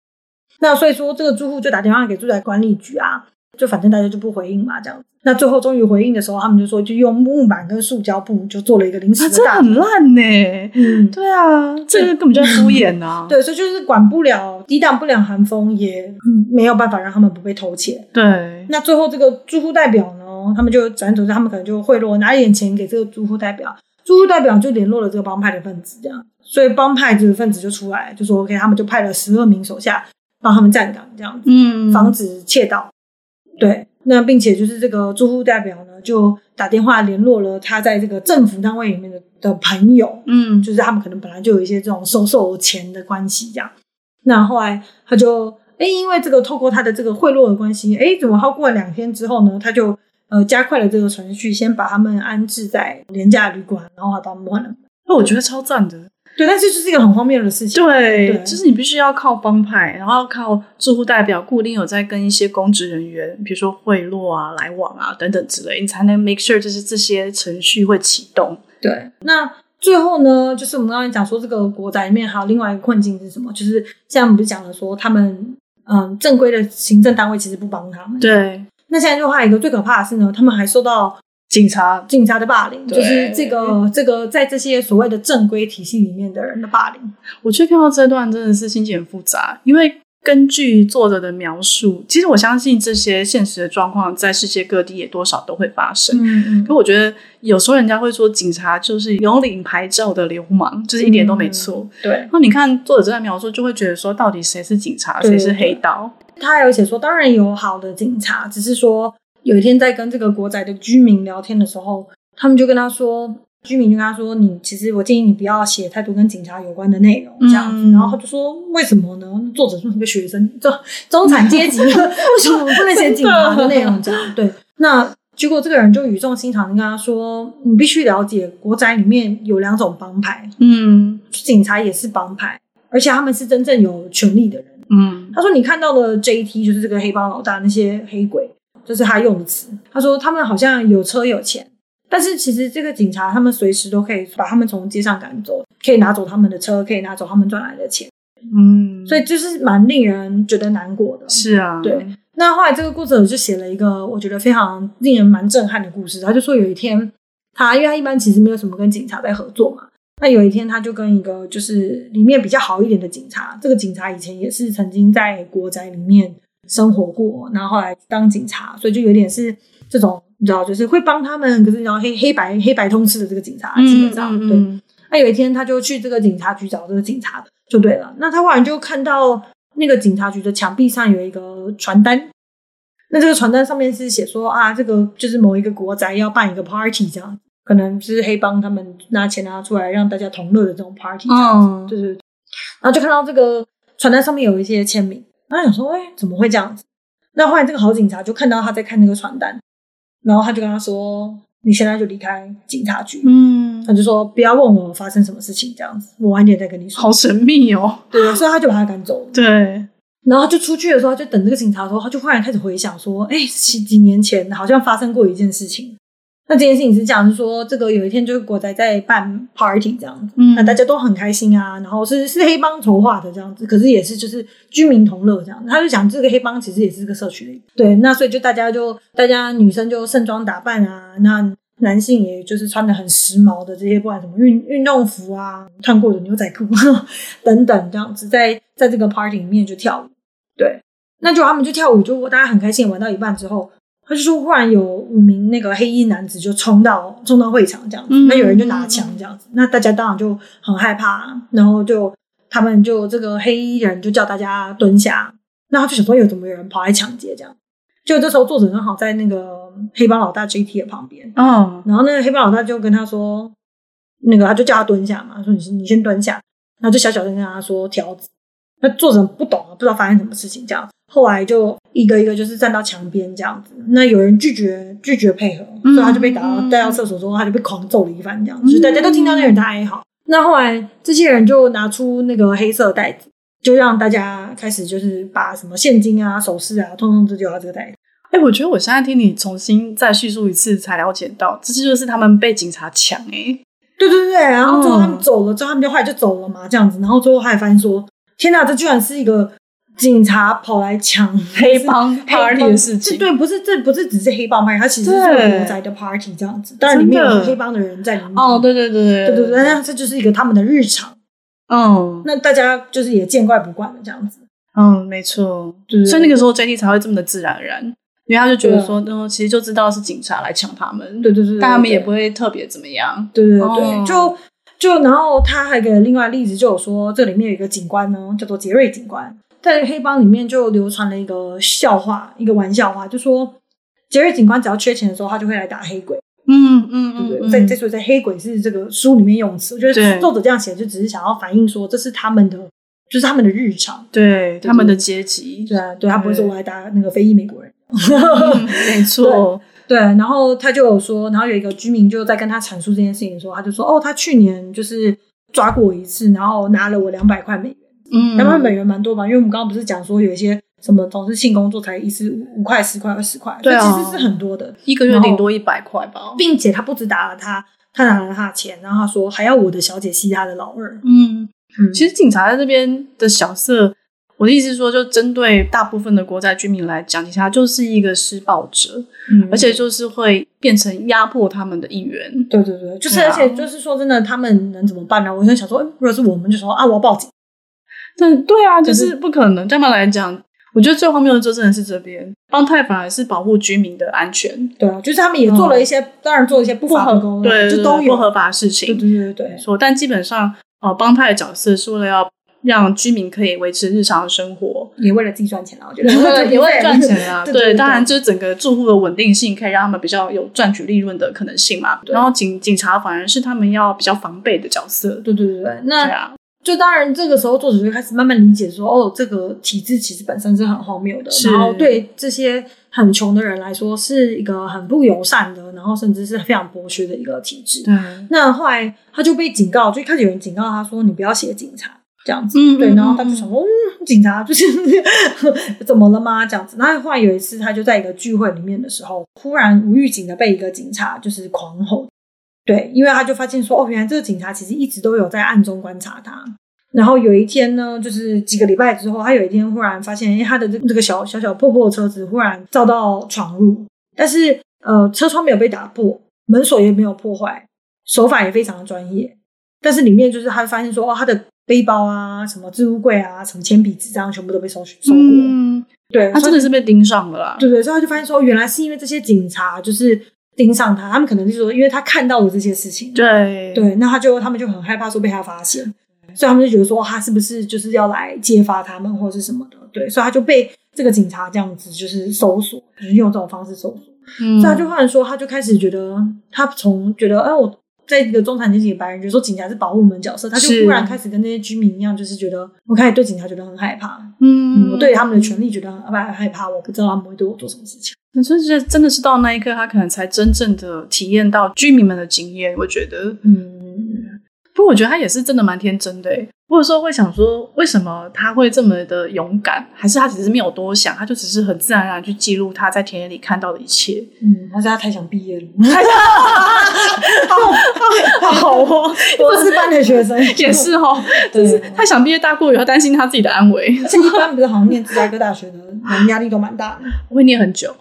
S2: 那所以说，这个住户就打电话给住宅管理局啊，就反正大家就不回应嘛，这样。那最后终于回应的时候，他们就说就用木板跟塑胶布就做了一个临时
S1: 啊，
S2: 的
S1: 这
S2: 大门，
S1: 很烂呢、
S2: 嗯，
S1: 对啊，这个根本就在敷衍 啊。
S2: 对，所以就是管不了、抵挡不了寒风，也嗯没有办法让他们不被偷窃。
S1: 对，
S2: 那最后这个住户代表呢，他们就辗转，他们可能就贿赂，拿一点钱给这个住户代表，住户代表就联络了这个帮派的分子，这样，所以帮派这个分子就出来，就说 OK，他们就派了十二名手下帮他们站岗，这样子，
S1: 嗯，
S2: 防止窃盗。对，那并且就是这个住户代表呢，就打电话联络了他在这个政府单位里面的的朋友，
S1: 嗯，
S2: 就是他们可能本来就有一些这种收受钱的关系这样。那后来他就哎，诶因为这个透过他的这个贿赂的关系，哎，怎么他过了两天之后呢，他就呃加快了这个程序，先把他们安置在廉价旅馆，然后还把他们换了。
S1: 那我觉得超赞的。
S2: 对，但是就是一个很荒谬的事情。
S1: 对，
S2: 对
S1: 就是你必须要靠帮派，然后靠住户代表固定有在跟一些公职人员，比如说贿赂啊、来往啊等等之类，你才能 make sure 就是这些程序会启动。
S2: 对，那最后呢，就是我们刚才讲说，这个国宅里面还有另外一个困境是什么？就是现在我们不是讲了说，他们嗯正规的行政单位其实不帮他们。，
S1: 对，
S2: 那现在就还有一个最可怕的是呢，他们还受到
S1: 警察
S2: 警察的霸凌，
S1: 对
S2: 就是这个这个在这些所谓的正规体系里面的人的霸凌。
S1: 我觉得看到这段真的是心情很复杂，因为根据作者的描述，其实我相信这些现实的状况在世界各地也多少都会发生。
S2: 嗯
S1: 可我觉得有时候人家会说警察就是有领牌照的流氓，就是一点都没错。
S2: 对
S1: 然。后你看作者这段描述，就会觉得说到底谁是警察，
S2: 对
S1: 谁是黑道？
S2: 他还有写说，当然有好的警察，只是说有一天在跟这个国宅的居民聊天的时候，他们就跟他说，居民就跟他说，你其实我建议你不要写太多跟警察有关的内容，
S1: 嗯
S2: 这样子。然后他就说，为什么呢？作者是一个学生，中中产阶级，为什么不能写警察的内容？这样对，那。结果这个人就语重心长的跟他说：“你必须了解，国宅里面有两种帮派，
S1: 嗯
S2: 警察也是帮派，而且他们是真正有权利的人。
S1: 嗯
S2: 他说你看到的 JT 就是这个黑帮老大那些黑鬼，这、是他用的词。他说他们好像有车有钱，但是其实这个警察他们随时都可以把他们从街上赶走，可以拿走他们的车，可以拿走他们赚来的钱，
S1: 嗯，
S2: 所以就是蛮令人觉得难过的。
S1: 是啊，
S2: 对，那后来这个作者就写了一个我觉得非常令人蛮震撼的故事。他就说有一天，他因为他一般其实没有什么跟警察在合作嘛，那有一天他就跟一个就是里面比较好一点的警察，这个警察以前也是曾经在国宅里面生活过，然后后来当警察，所以就有点是这种你知道，就是会帮他们，可是然后黑黑白黑白通吃的这个警察，基
S1: 嗯
S2: 本上、
S1: 嗯
S2: 对。
S1: 嗯，
S2: 那有一天他就去这个警察局找这个警察就对了。那他忽然就看到那个警察局的墙壁上有一个传单，那这个传单上面是写说啊，这个就是某一个国宅要办一个 party 这样，可能就是黑帮他们拿钱拿出来让大家同乐的这种 party 这样。
S1: 嗯，
S2: 对对对。然后就看到这个传单上面有一些签名，然后想说，哎、怎么会这样子？那后来这个好警察就看到他在看那个传单，然后他就跟他说：“你现在就离开警察局。”
S1: 嗯
S2: 他，就说不要问我发生什么事情，这样子，我晚点再跟你说。
S1: 好神秘哦，
S2: 对，所以他就把他赶 走了。
S1: 对，
S2: 然后他就出去的时候，他就等这个警察的时候，他就忽然开始回想说，哎、几几年前好像发生过一件事情。那这件事情是这样，是说这个有一天就是国宅在办 party 这样子，
S1: 嗯
S2: 那大家都很开心啊，然后是是黑帮筹划的这样子，可是也是就是居民同乐这样子。他就讲这个黑帮其实也是个社区的一部分，对，那所以就大家就大家女生就盛装打扮啊，那男性也就是穿的很时髦的这些，不管什么运运动服啊、穿过的牛仔裤啊 等等这样子，在在这个 party 里面就跳舞，对，那就他们就跳舞，就大家很开心，玩到一半之后，他就说忽然有五名那个黑衣男子就冲到冲到会场这样子，
S1: 嗯
S2: 那有人就拿枪这样子，那大家当然就很害怕，然后就他们就这个黑衣人就叫大家蹲下，那他就想说有怎么有人跑来抢劫这样，就这时候作者正好在那个黑帮老大 JT 的旁边，
S1: 哦，
S2: 然后那个黑帮老大就跟他说，那个他就叫他蹲下嘛，说你先你先蹲下，然后就小小声跟他说条子。那作者不懂啊，不知道发生什么事情这样。后来就一个一个就是站到墙边这样子，那有人拒绝拒绝配合，
S1: 嗯
S2: 所以他就被打到
S1: 嗯
S2: 带到厕所之后，他就被狂揍了一番这样子，
S1: 嗯
S2: 就大家都听到那个人的哀嚎。那后来这些人就拿出那个黑色袋子，就让大家开始就是把什么现金啊、首饰啊，通通都丢到这个袋子。
S1: 哎、我觉得我现在听你重新再叙述一次，才了解到，这就是他们被警察抢哎、
S2: 对对对，然后最后他们
S1: 嗯
S2: 走了之后，他们就后来就走了嘛，这样子，然后最后还发现说，天哪，这居然是一个警察跑来抢
S1: 黑帮
S2: 黑帮
S1: party 的事情，
S2: 这对，不是这不是只是黑帮 party，它其实是
S1: 对
S2: 个国宅的 party 这样子，当然里面
S1: 真
S2: 有
S1: 的
S2: 黑帮的人在里面。
S1: 哦，对对对
S2: 对对对，那这就是一个他们的日常，
S1: 嗯
S2: 那大家就是也见怪不怪的这样子。
S1: 嗯，没错，
S2: 对
S1: 所以那个时候 JT 才会这么的自然而然，因为他就觉
S2: 对
S1: 得
S2: 啊
S1: 说，嗯，其实就知道是警察来抢他们，
S2: 对对对对，
S1: 但他们
S2: 对
S1: 也不会特别怎么样，
S2: 对对对，
S1: 哦
S2: 就就然后他还给了另外例子，就有说这里面有一个警官呢，叫做杰瑞警官，在黑帮里面就流传了一个笑话，一个玩笑话，就说杰瑞警官只要缺钱的时候，他就会来打黑鬼，
S1: 嗯嗯
S2: 对不对？
S1: 嗯，
S2: 再再说在黑鬼是这个书里面用词，我觉得
S1: 对
S2: 作者这样写就只是想要反映说这是他们的，就是他们的日常。
S1: 对
S2: 对
S1: 他们的阶级，
S2: 对啊，对他不会说
S1: 对
S2: 我来打那个非裔美国人。
S1: 嗯没错，
S2: 对，然后他就有说，然后有一个居民就在跟他阐述这件事情的时候，他就说，哦，他去年就是抓过我一次，然后拿了我两百块美元，
S1: 嗯，
S2: 两百美元蛮多嘛，因为我们刚刚不是讲说有一些什么从事性工作才一次五五块、十块、二十块，
S1: 对啊
S2: 所以其实是很多的，
S1: 一个月顶多一百块吧，
S2: 并且他不止打了他，他拿了他的钱，然后他说还要我的小姐吸他的老二，
S1: 嗯，
S2: 嗯
S1: 其实警察在这边的角色，我的意思是说，就针对大部分的国债居民来讲，警察就是一个施暴者，
S2: 嗯
S1: 而且就是会变成压迫他们的一员。
S2: 对对对，就是、
S1: 对啊
S2: 而且就是说真的，他们能怎么办呢？我就想说，哎如果是我们就说啊，我要报警。
S1: 但对啊，就
S2: 就是
S1: 是不可能。这么来讲，我觉得最荒谬的就真的是这边，帮泰反而是保护居民的安全，
S2: 对啊，就是他们也做了一些，当然做了一些不法的
S1: 嗯
S2: 勾当，
S1: 对
S2: 就
S1: 对
S2: 都
S1: 对
S2: 有
S1: 不合法的事
S2: 对
S1: 情，
S2: 对对对对
S1: 没，错。但基本上，呃，帮派的角色是为了要让居民可以维持日常的生活，
S2: 也为了自己赚钱啦，我觉得，
S1: 也为了也为了赚钱啦对，当然就是整个住户的稳定性可以让他们比较有赚取利润的可能性嘛。
S2: 对
S1: 然后警警察反而是他们要比较防备的角色，
S2: 对对对对。
S1: 对
S2: 那
S1: 啊，
S2: 就当然这个时候作者就开始慢慢理解说，哦，这个体制其实本身是很荒谬的，
S1: 是
S2: 然后对这些很穷的人来说是一个很不友善的，然后甚至是非常剥削的一个体制。
S1: 对，
S2: 那后来他就被警告，就一开始有人警告他说，你不要写警察这样子。
S1: 嗯
S2: 对，
S1: 嗯
S2: 然后
S1: 嗯
S2: 他就想说，嗯，警察就是 怎么了吗？这样子。然后后来有一次，他就在一个聚会里面的时候，忽然无预警的被一个警察就是狂吼。对，因为他就发现说，哦，原来这个警察其实一直都有在暗中观察他。然后有一天呢，就是几个礼拜之后，他有一天忽然发现，哎，他的这这个小小小破破的车子忽然遭到闯入，但是呃，车窗没有被打破，门锁也没有破坏，手法也非常的专业。但是里面就是他发现说，哦，他的背包啊，什么置物柜啊，什么铅笔、纸张，全部都被搜搜过。
S1: 嗯，
S2: 对，
S1: 他真的是被盯上了啦，
S2: 对对，所以他就发现说，哦原来是因为这些警察就是盯上他，他们可能就是说，因为他看到了这些事情，
S1: 对
S2: 对，那他就他们就很害怕说被他发现，所以他们就觉得说哦他是不是就是要来揭发他们或是什么的，对，所以他就被这个警察这样子就是搜索，就是用这种方式搜索，
S1: 嗯
S2: 所以他就忽然说，他就开始觉得他从觉得哎、我。在一个中产阶级的白人，觉得说警察是保护我们的角色，他就是忽然开始跟那些居民一样，就是觉得我开始对警察觉得很害怕，嗯，
S1: 嗯
S2: 我对他们的权利觉得很害害怕，我不知道他们会对我做什么事情。
S1: 你就是真的是到那一刻，他可能才真正的体验到居民们的经验。我觉得，
S2: 嗯，
S1: 不过我觉得他也是真的蛮天真的欸。不或者说会想说，为什么他会这么的勇敢？还是他只是没有多想，他就只是很自然而然去记录他在田野里看到的一切。
S2: 嗯，但是他太想毕业了，
S1: 好哦，
S2: 博士班的学生
S1: 也 是哦，
S2: 对
S1: 就是他想毕业大过于要担心他自己的安危，
S2: 而且一般不是好像念芝加哥大学的人压力都蛮大的。
S1: 会念很久。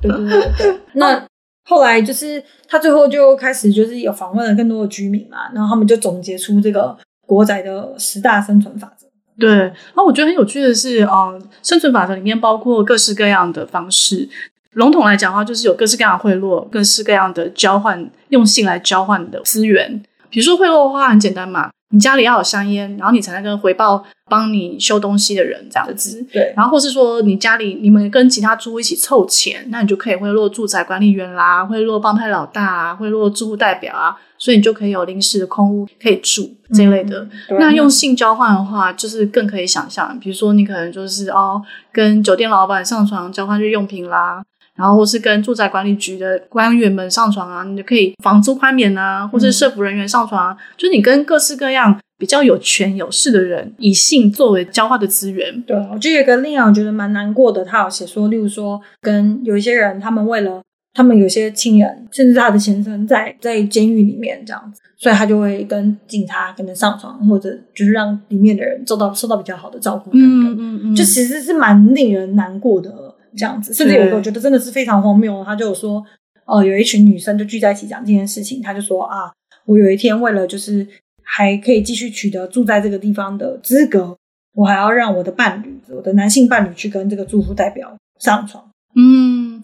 S2: 对对对 对。那后来就是他最后就开始就是有访问了更多的居民嘛，然后他们就总结出这个国宅的十大生存法则。
S1: 对，然后我觉得很有趣的是，嗯，生存法则里面包括各式各样的方式。笼统来讲的话，就是有各式各样的贿赂，各式各样的交换，用性来交换的资源。比如说贿赂的话，很简单嘛，你家里要有香烟，然后你才能跟回报帮你修东西的人这样子。
S2: 对，
S1: 然后或是说你家里你们跟其他租户一起凑钱，那你就可以贿赂住宅管理员啦，贿赂帮派老大啊，贿赂住户代表啊，所以你就可以有临时的空屋可以住这一类的。
S2: 对
S1: 那用性交换的话，就是更可以想象，比如说你可能就是哦，跟酒店老板上床交换日用品啦，然后或是跟住宅管理局的官员们上床啊，你就可以房租宽免啊，或是社服人员上床、啊，就是你跟各式各样比较有权有势的人，以性作为交换的资源。
S2: 对，我就有一个令让我觉得蛮难过的，他有写说，例如说跟有一些人，他们为了他们有些亲人，甚至他的先生在在监狱里面这样子，所以他就会跟警察可能上床，或者就是让里面的人受到受到比较好的照顾等等。
S1: 嗯嗯
S2: 就其实是蛮令人难过的这样子。甚至有一个我觉得真的是非常荒谬，他就有说，呃，有一群女生就聚在一起讲这件事情，他就说啊，我有一天为了就是还可以继续取得住在这个地方的资格，我还要让我的伴侣，我的男性伴侣去跟这个住户代表上床。
S1: 嗯，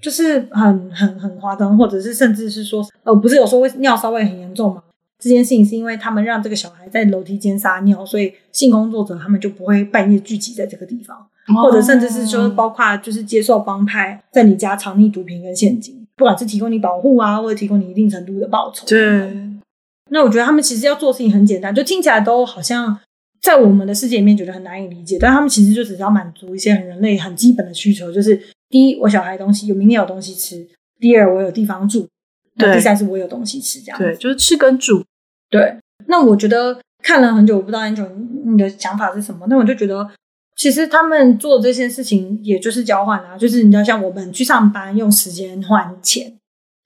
S2: 就是很很很夸张，或者是甚至是说，呃，不是有说为尿骚味很严重吗？这件事情是因为他们让这个小孩在楼梯间撒尿，所以性工作者他们就不会半夜聚集在这个地方，
S1: 哦
S2: 或者甚至是就是包括就是接受帮派在你家藏匿毒品跟现金，不管是提供你保护啊，或者提供你一定程度的报酬。
S1: 对
S2: 那我觉得他们其实要做的事情很简单，就听起来都好像在我们的世界里面觉得很难以理解，但他们其实就只是要满足一些很人类很基本的需求，就是第一，我小孩东西有明天有东西吃；第二，我有地方住；那
S1: 对
S2: 第三是我有东西吃，这样子
S1: 对，就是吃跟住。
S2: 对，那我觉得看了很久，我不知道 Angel 你的想法是什么。那我就觉得，其实他们做这件事情，也就是交换啊，就是你知道，像我们去上班用时间换钱，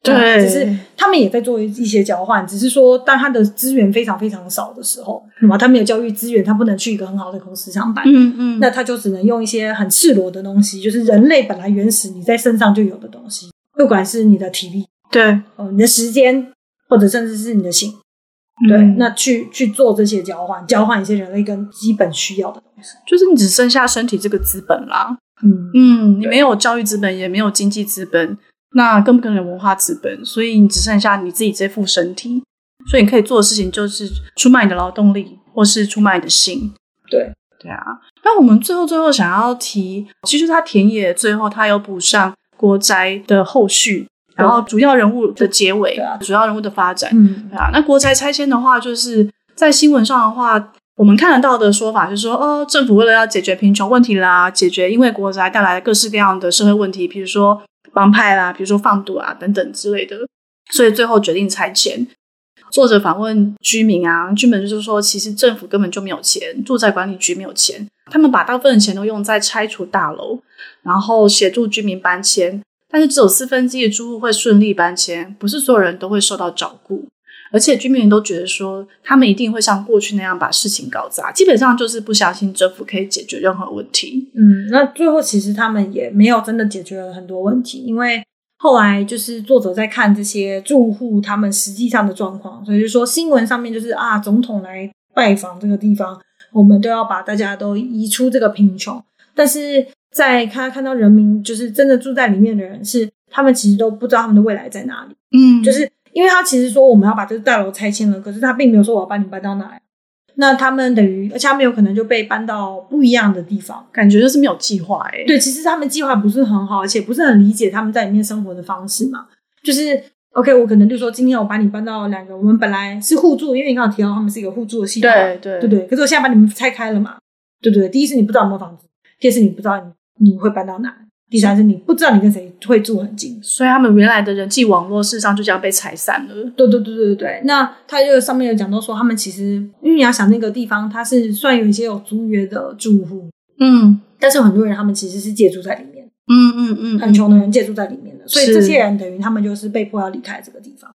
S1: 对
S2: 吧只是他们也在做一些交换，只是说当他的资源非常非常少的时候，那么他没有教育资源，他不能去一个很好的公司上班。
S1: 嗯嗯
S2: 那他就只能用一些很赤裸的东西，就是人类本来原始你在身上就有的东西，不管是你的体力、
S1: 对
S2: 呃你的时间，或者甚至是你的性。对，
S1: 嗯
S2: 那去去做这些交换，交换一些人类跟基本需要的东西。
S1: 就是你只剩下身体这个资本啦。
S2: 嗯，
S1: 嗯，你
S2: 对
S1: 没有教育资本，也没有经济资本，那更不可能有文化资本，所以你只剩下你自己这副身体。所以你可以做的事情就是出卖你的劳动力，或是出卖你的心。
S2: 对，
S1: 对啊。那我们最后最后想要提，其实他田野最后他有补上国宅的后续，然后主要人物的结尾，
S2: 对啊
S1: 主要人物的发展。
S2: 嗯，
S1: 对啊，那国宅拆迁的话，就是在新闻上的话，我们看得到的说法是说，哦，政府为了要解决贫穷问题啦，解决因为国宅带来的各式各样的社会问题，比如说帮派啦，比如说贩毒啊等等之类的，所以最后决定拆迁。作者访问居民啊，居民就是说，其实政府根本就没有钱，住宅管理局没有钱，他们把大部分的钱都用在拆除大楼，然后协助居民搬迁，但是只有四分之一的住户会顺利搬迁，不是所有人都会受到照顾。而且居民都觉得说，他们一定会像过去那样把事情搞砸，基本上就是不相信政府可以解决任何问题。
S2: 嗯，那最后其实他们也没有真的解决了很多问题，因为后来就是作者在看这些住户他们实际上的状况，所以就说新闻上面就是啊，总统来拜访这个地方，我们都要把大家都移出这个贫穷，但是在看看到人民就是真的住在里面的人是，他们其实都不知道他们的未来在哪里。
S1: 嗯
S2: 就是因为他其实说我们要把这个大楼拆迁了，可是他并没有说我要把你搬到哪里。那他们等于，而且他们有可能就被搬到不一样的地方。
S1: 感觉就是没有计划哎、欸。
S2: 对，其实他们计划不是很好，而且不是很理解他们在里面生活的方式嘛。就是 OK，我可能就说今天我把你搬到两个，我们本来是互助，因为你刚好提到他们是一个互助的系统嘛，
S1: 对
S2: 对不对？可是我现在把你们拆开了嘛，对不对？第一是你不知道有没有房子，第二是你不知道你你会搬到哪，第三是你不知道你跟谁会住很近。
S1: 所以他们原来的人际网络事实上就这样被拆散了。
S2: 对对对对对，那他就上面有讲到说，他们其实因为你要想那个地方，它是算有一些有租约的住户，
S1: 嗯
S2: 但是有很多人他们其实是借住在里面，
S1: 嗯嗯嗯
S2: 很穷的人借住在里面的，所以
S1: 是
S2: 这些人等于他们就是被迫要离开这个地方。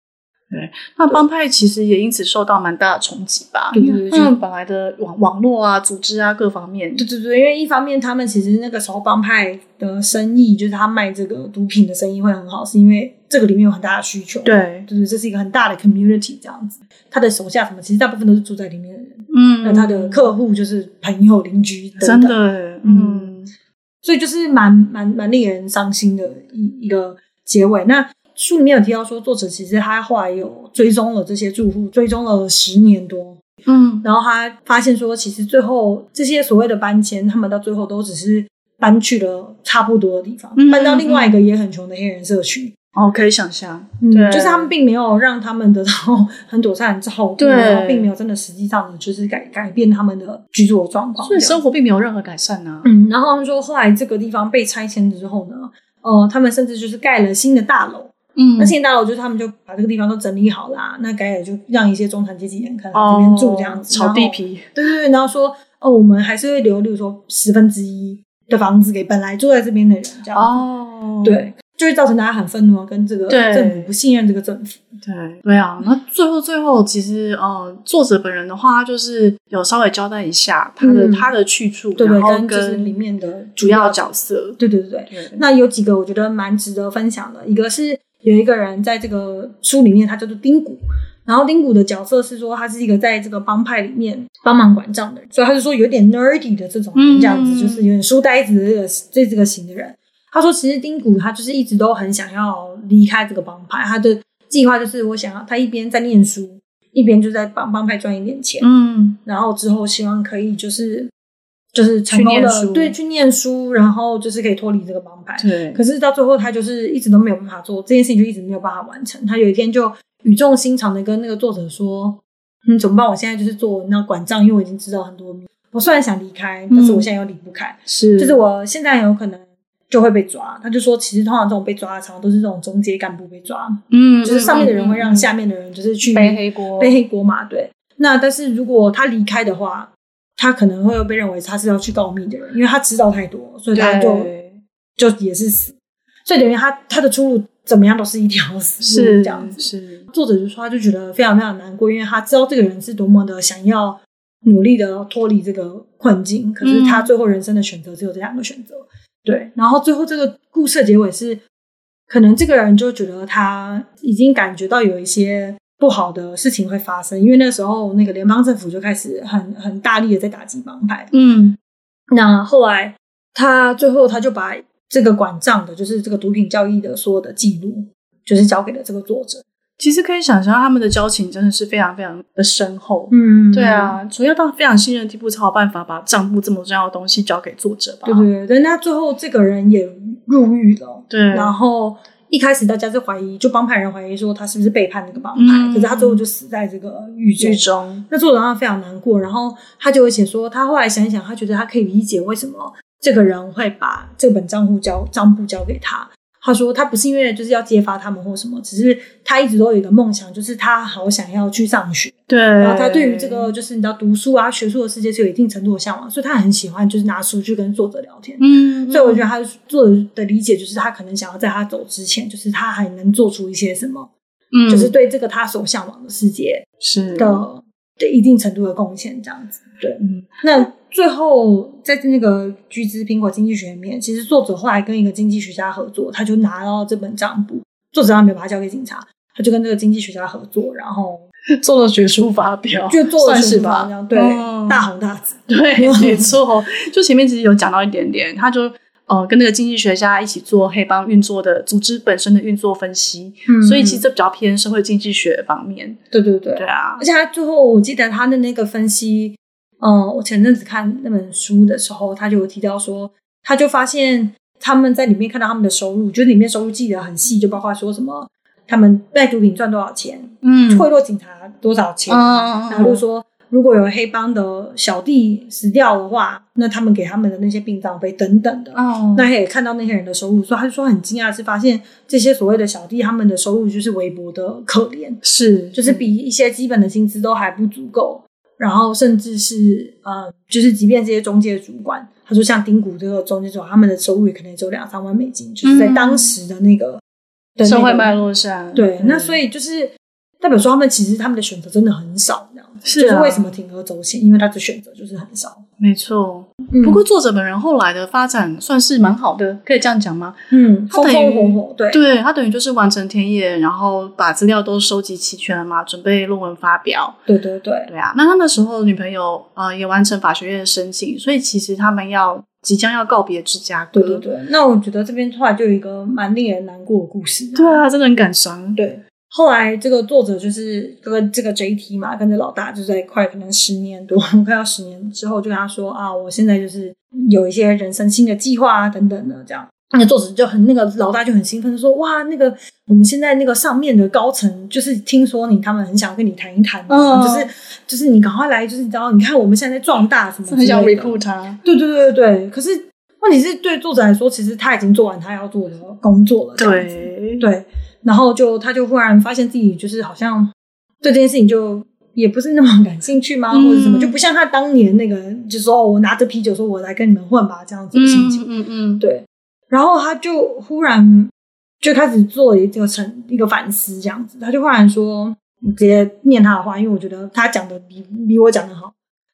S1: 那帮派其实也因此受到蛮大的冲击吧。
S2: 对对对
S1: 他们本来的网网络啊、组织啊各方面，
S2: 对对对，因为一方面他们其实那个时候帮派的生意，就是他卖这个毒品的生意会很好，是因为这个里面有很大的需求。
S1: 对，
S2: 对对，这是一个很大的 community 这样子。他的手下什么，其实大部分都是住在里面的人，
S1: 嗯，
S2: 那他的客户就是朋友、邻居等
S1: 真
S2: 等。
S1: 的，嗯
S2: 所以就是蛮蛮蛮令人伤心的一一个结尾。那书里面有提到说，作者其实他后来有追踪了这些住户，追踪了十年多，
S1: 嗯
S2: 然后他发现说，其实最后这些所谓的搬迁，他们到最后都只是搬去了差不多的地方，
S1: 嗯
S2: 搬到另外一个也很穷的黑人社区。
S1: 哦，可以想象，
S2: 嗯
S1: 对
S2: 就是他们并没有让他们得到很妥善的照顾，
S1: 对
S2: 然后并没有真的实际上的就是改改变他们的居住的状况，
S1: 所以
S2: 这样
S1: 生活并没有任何改善啊。
S2: 嗯，然后他们说后来这个地方被拆迁之后呢，呃，他们甚至就是盖了新的大楼，
S1: 嗯
S2: 那新的大楼就是他们就把这个地方都整理好啦，那改也就让一些中产阶级人可能在这边住这样子，
S1: 哦炒地
S2: 皮，
S1: 皮，
S2: 对对对，然后说哦，我们还是会留，例如说十分之一的房子给本来住在这边的人，这样子，
S1: 哦
S2: 对，就会造成大家很愤怒啊，跟这个
S1: 对
S2: 政府不信任这个政府，
S1: 对对啊，那最后最后，其实呃，作者本人的话，他就是有稍微交代一下他的、
S2: 嗯
S1: 他的去处，
S2: 对对
S1: 然后
S2: 跟就是里面的
S1: 主要角色，
S2: 对对对对。
S1: 对
S2: 那有几个我觉得蛮值得分享的，一个是有一个人在这个书里面，他叫做丁谷，然后丁谷的角色是说他是一个在这个帮派里面帮忙管账的人，所以他就说有点 nerdy 的这种人，
S1: 嗯
S2: 这样子就是有点书呆子的这个这这个型的人。他说，其实丁谷他就是一直都很想要离开这个帮派，他的计划就是我想要他一边在念书，一边就在帮帮派赚一点钱，
S1: 嗯
S2: 然后之后希望可以就是就是成功
S1: 去
S2: 的
S1: 念书
S2: 对去念书，然后就是可以脱离这个帮派。
S1: 对
S2: 可是到最后，他就是一直都没有办法做这件事情，就一直没有办法完成。他有一天就语重心长的跟那个作者说：“嗯，怎么办？我现在就是做那管账，因为我已经知道很多秘密。我虽然想离开，但
S1: 嗯
S2: 是我现在又离不开，
S1: 是
S2: 就是我现在有可能就会被抓。”他就说，其实通常这种被抓的，常常都是这种中阶干部被抓，
S1: 嗯，
S2: 就是上面的人会让
S1: 嗯
S2: 下面的人就是去
S1: 背黑锅，
S2: 背黑锅嘛，对。那但是如果他离开的话，他可能会被认为他是要去告密的人，因为他知道太多，所以他就
S1: 对
S2: 就也是死。所以等于他他的出路怎么样都是一条死路
S1: 是
S2: 这样子。
S1: 是
S2: 作者就说他就觉得非常非常难过，因为他知道这个人是多么的想要努力的脱离这个困境，可是他最后人生的选择只有这两个选择。对，然后最后这个故事的结尾是，可能这个人就觉得他已经感觉到有一些不好的事情会发生，因为那时候那个联邦政府就开始很很大力的在打击帮派，
S1: 嗯
S2: 那后来他最后他就把这个管账的，就是这个毒品交易的所有的记录，就是交给了这个作者。
S1: 其实可以想象他们的交情真的是非常非常的深厚。
S2: 嗯
S1: 对，啊，主要到非常信任的地步才有办法把账目这么重要的东西交给作者吧。
S2: 对对对对。那最后这个人也入狱了，
S1: 对，
S2: 然后一开始大家是怀疑，就帮派人怀疑说他是不是背叛这个帮派，
S1: 嗯
S2: 可是他最后就死在这个狱中。
S1: 剧中
S2: 那作者让他非常难过，然后他就会写说，他后来想一想，他觉得他可以理解为什么这个人会把这本账户交账簿交给他。他说他不是因为就是要揭发他们或什么，只是他一直都有一个梦想，就是他好想要去上学，
S1: 对，
S2: 然后他对于这个就是你知道读书啊学术的世界是有一定程度的向往，所以他很喜欢就是拿书去跟作者聊天。
S1: 嗯，
S2: 所以我觉得他作者的理解就是他可能想要在他走之前，就是他还能做出一些什么，
S1: 嗯
S2: 就是对这个他所向往的世界
S1: 是
S2: 的的一定程度的贡献，这样子。对，
S1: 嗯
S2: 那最后在那个橘子苹果经济学里面，其实作者后来跟一个经济学家合作，他就拿到这本账簿，作者当然没有把它交给警察，他就跟这个经济学家合作，然后
S1: 做了学术发表，
S2: 就做了
S1: 算是
S2: 全部
S1: 吧
S2: 这样，对，
S1: 嗯
S2: 大红大紫。
S1: 对，没错。就前面其实有讲到一点点，他就呃跟那个经济学家一起做黑帮运作的组织本身的运作分析，
S2: 嗯
S1: 所以其实这比较偏社会经济学方面。
S2: 对对对，
S1: 对啊
S2: 而，且他最后我记得他的那个分析，嗯、我前阵子看那本书的时候，他就有提到说，他就发现他们在里面看到他们的收入，就是里面收入记得很细，就包括说什么他们卖毒品赚多少钱，
S1: 嗯
S2: 贿赂警察多少钱，啊
S1: 嗯嗯嗯
S2: 然后就说。如果有黑帮的小弟死掉的话，那他们给他们的那些殡葬费等等的。
S1: 哦
S2: 那他也看到那些人的收入，所以他就说很惊讶，是发现这些所谓的小弟他们的收入就是微薄的可怜，
S1: 是
S2: 就是比一些基本的薪资都还不足够，然后甚至是呃，就是即便这些中介主管，他说像丁谷这个中介主管，他们的收入也可能只有两三万美金，就是在
S1: 嗯
S2: 当时的那个、的那个
S1: 社会脉络嗯下，
S2: 对，那所
S1: 以
S2: 以就是代表说他们其实他们的选择真的很少，这样子
S1: 是
S2: 就
S1: 啊
S2: 是为什么铤而走险，因为他的选择就是很少。
S1: 没错。
S2: 嗯
S1: 不过作者本人后来的发展算是蛮好的，可以这样讲吗？
S2: 嗯，
S1: 他
S2: 风
S1: 等于
S2: 风火火，对，
S1: 对他等于就是完成田野，然后把资料都收集齐全了嘛，准备论文发表。
S2: 对对对，
S1: 对啊，那他那时候女朋友呃也完成法学院的申请，所以其实他们要即将要告别芝加哥。
S2: 对对对。那我觉得这边后来就有一个蛮令人难过的故事。
S1: 对啊，真的很感伤。
S2: 对，后来这个作者就是跟这个 JT 嘛，跟着老大就在快可能十年多，快要十年之后，就跟他说啊，我现在就是有一些人生新的计划啊等等的这样。那个作者就很那个老大就很兴奋地说哇，那个我们现在那个上面的高层就是听说你，他们很想跟你谈一谈啊，
S1: 嗯
S2: 就是就是你赶快来，就是你知道，你看我们现在在壮大什么之
S1: 是
S2: 类
S1: 很
S2: 的，
S1: 想 recruit 他。
S2: 对对对对对，可是问题是对作者来说，其实他已经做完他要做的工作了，这样子
S1: 对
S2: 对，然后就他就忽然发现自己就是好像对这件事情就也不是那么 感兴趣吗，
S1: 嗯
S2: 或者什么，就不像他当年那个就说、哦、我拿着啤酒说我来跟你们混吧这样子的心
S1: 嗯
S2: 情。
S1: 嗯嗯，
S2: 对，然后他就忽然就开始做一个成一个反思这样子，他就忽然说，你直接念他的话，因为我觉得他讲的比比我讲的好，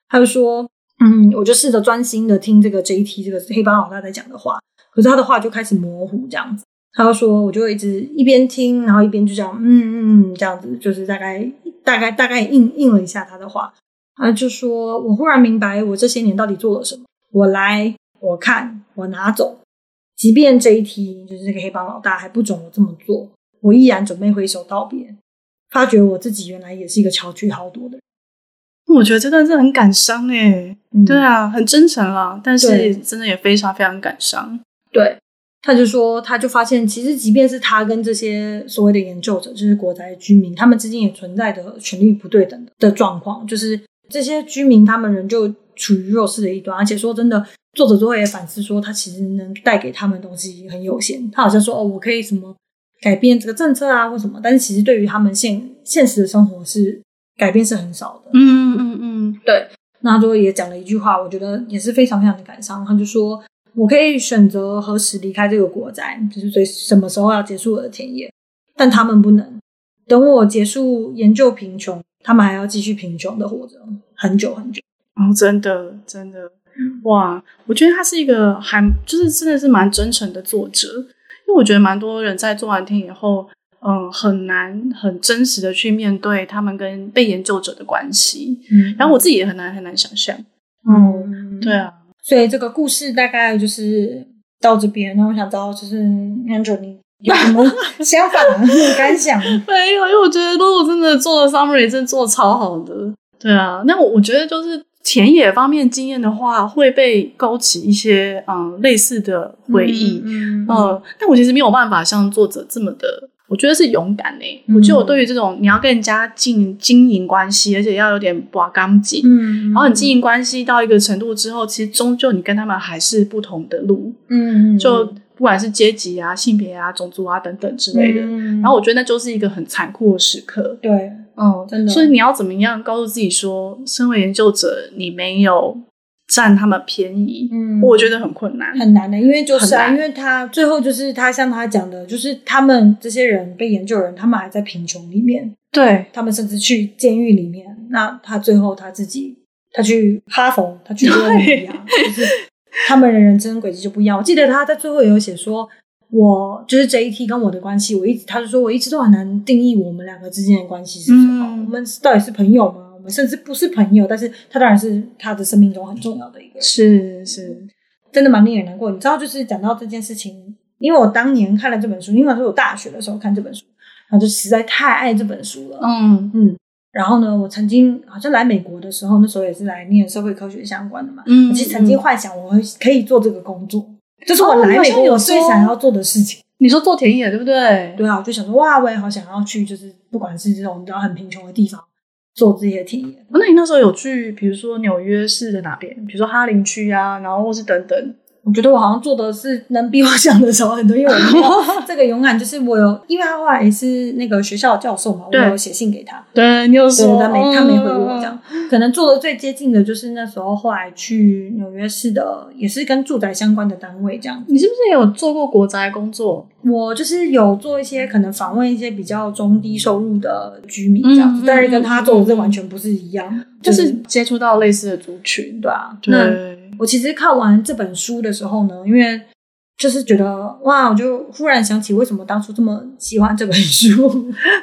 S2: 他就说。嗯，我就试着专心的听这个 JT 这个黑帮老大在讲的话，可是他的话就开始模糊这样子。他就说，我就一直一边听，然后一边就这样，嗯嗯嗯，这样子，就是大概大概大概应应了一下他的话，他就说，我忽然明白我这些年到底做了什么，我来，我看，我拿走，即便 JT 就是这个黑帮老大还不准我这么做，我依然准备挥手道别，发觉我自己原来也是一个巧取豪夺的人。
S1: 我觉得这段真的很感伤哎。
S2: 嗯
S1: 对啊，很真诚啦，但是
S2: 对
S1: 真的也非常非常感伤。
S2: 对，他就说，他就发现，其实即便是他跟这些所谓的研究者，就是国宅居民，他们之间也存在的权力不对等的状况，就是这些居民他们仍旧处于弱势的一端，而且说真的，作者最后也反思说，他其实能带给他们的东西很有限，他好像说哦，我可以什么改变这个政策啊或什么，但是其实对于他们现现实的生活是改变是很少的，
S1: 嗯嗯嗯，
S2: 对，那他就也讲了一句话，我觉得也是非常非常的感伤。他就说：“我可以选择何时离开这个国宅，就是随什么时候要结束我的田野，但他们不能。等我结束研究贫穷，他们还要继续贫穷的活着很久很久。
S1: 哦，真的真的，
S2: 嗯
S1: 哇，我觉得他是一个还就是真的是蛮真诚的作者，因为我觉得蛮多人在做完电影以后，嗯，很难很真实的去面对他们跟被研究者的关系，”
S2: 嗯
S1: 然后我自己也很难很难想象。
S2: 嗯，
S1: 对，啊，
S2: 所以这个故事大概就是到这边。那我想知道，就是 Andrew 你有什么想法、感想？
S1: 没有，因为我觉得如果真的做了 summary，真的做得超好的。对啊，那我我觉得就是田野方面经验的话，会被勾起一些嗯类似的 回忆。
S2: 嗯
S1: 嗯，但我其实没有办法像作者这么的，我觉得是勇敢呢、
S2: 嗯
S1: 我觉得我对于这种你要跟人家经经营关系，而且要有点把刚紧，
S2: 嗯，
S1: 然后你经营关系到一个程度之后，其实终究你跟他们还是不同的路，
S2: 嗯，嗯
S1: 就不管是阶级啊、性别啊、种族啊等等之类的。
S2: 嗯
S1: 然后我觉得那就是一个很残酷的时刻，
S2: 对，
S1: 嗯，
S2: 真的
S1: 所以你要怎么样告诉自己说，身为研究者，你没有占他们便宜，
S2: 嗯
S1: 我觉得很困难。
S2: 很难的，因为就是啊，
S1: 很难
S2: 因为他最后就是他像他讲的，就是他们这些人被研究人，他们还在贫穷里面，
S1: 对，
S2: 他们甚至去监狱里面。那他最后他自己，他去哈佛，他去 哥伦比亚，就是他们的人生轨迹就不一样。我记得他在最后也有写说，我就是 JT 跟我的关系，我一直他就说我一直都很难定义我们两个之间的关系是什么，
S1: 嗯
S2: 我们到底是朋友吗？我们甚至不是朋友，但是他当然是他的生命中很重要的一个人。
S1: 是是，
S2: 真的蛮令人难过。你知道，就是讲到这件事情，因为我当年看了这本书，因为是我大学的时候看这本书，然后就实在太爱这本书了。
S1: 嗯
S2: 嗯，然后呢，我曾经好像来美国的时候，那时候也是来念社会科学相关的嘛，
S1: 嗯
S2: 我其实曾经
S1: 嗯
S2: 幻想我会可以做这个工作，这是我
S1: 哦你
S2: 来
S1: 好
S2: 美
S1: 像
S2: 国
S1: 有
S2: 我最
S1: 说
S2: 想要做的事情。
S1: 你说做田野对不对？哦
S2: 对啊，我就想说，哇，我也好想要去，就是不管是这种你知道很贫穷的地方，做自己的体验。
S1: 那你那时候有去，比如说纽约市的哪边，比如说哈林区啊，然后或是等等，
S2: 我觉得我好像做的是能比我想的少很多，因为我没 有这个勇敢，就是我有，因为他后来也是那个学校的教授嘛，我
S1: 对
S2: 有写信给他，
S1: 对你有
S2: 对，
S1: 说
S2: 他没他没回我这
S1: 嗯
S2: 样。可能做的最接近的就是那时候后来去纽约市的，也是跟住宅相关的单位这样。
S1: 你是不是也有做过国宅工作？
S2: 我就是有做一些可能访问一些比较中低收入的居民这样
S1: 嗯
S2: 子，
S1: 嗯
S2: 但是跟他做的这完全不是一样，
S1: 就是接触到类似的族群，
S2: 对啊。那
S1: 对，
S2: 我其实看完这本书的时候呢，因为就是觉得哇，我就忽然想起为什么当初这么喜欢这本书。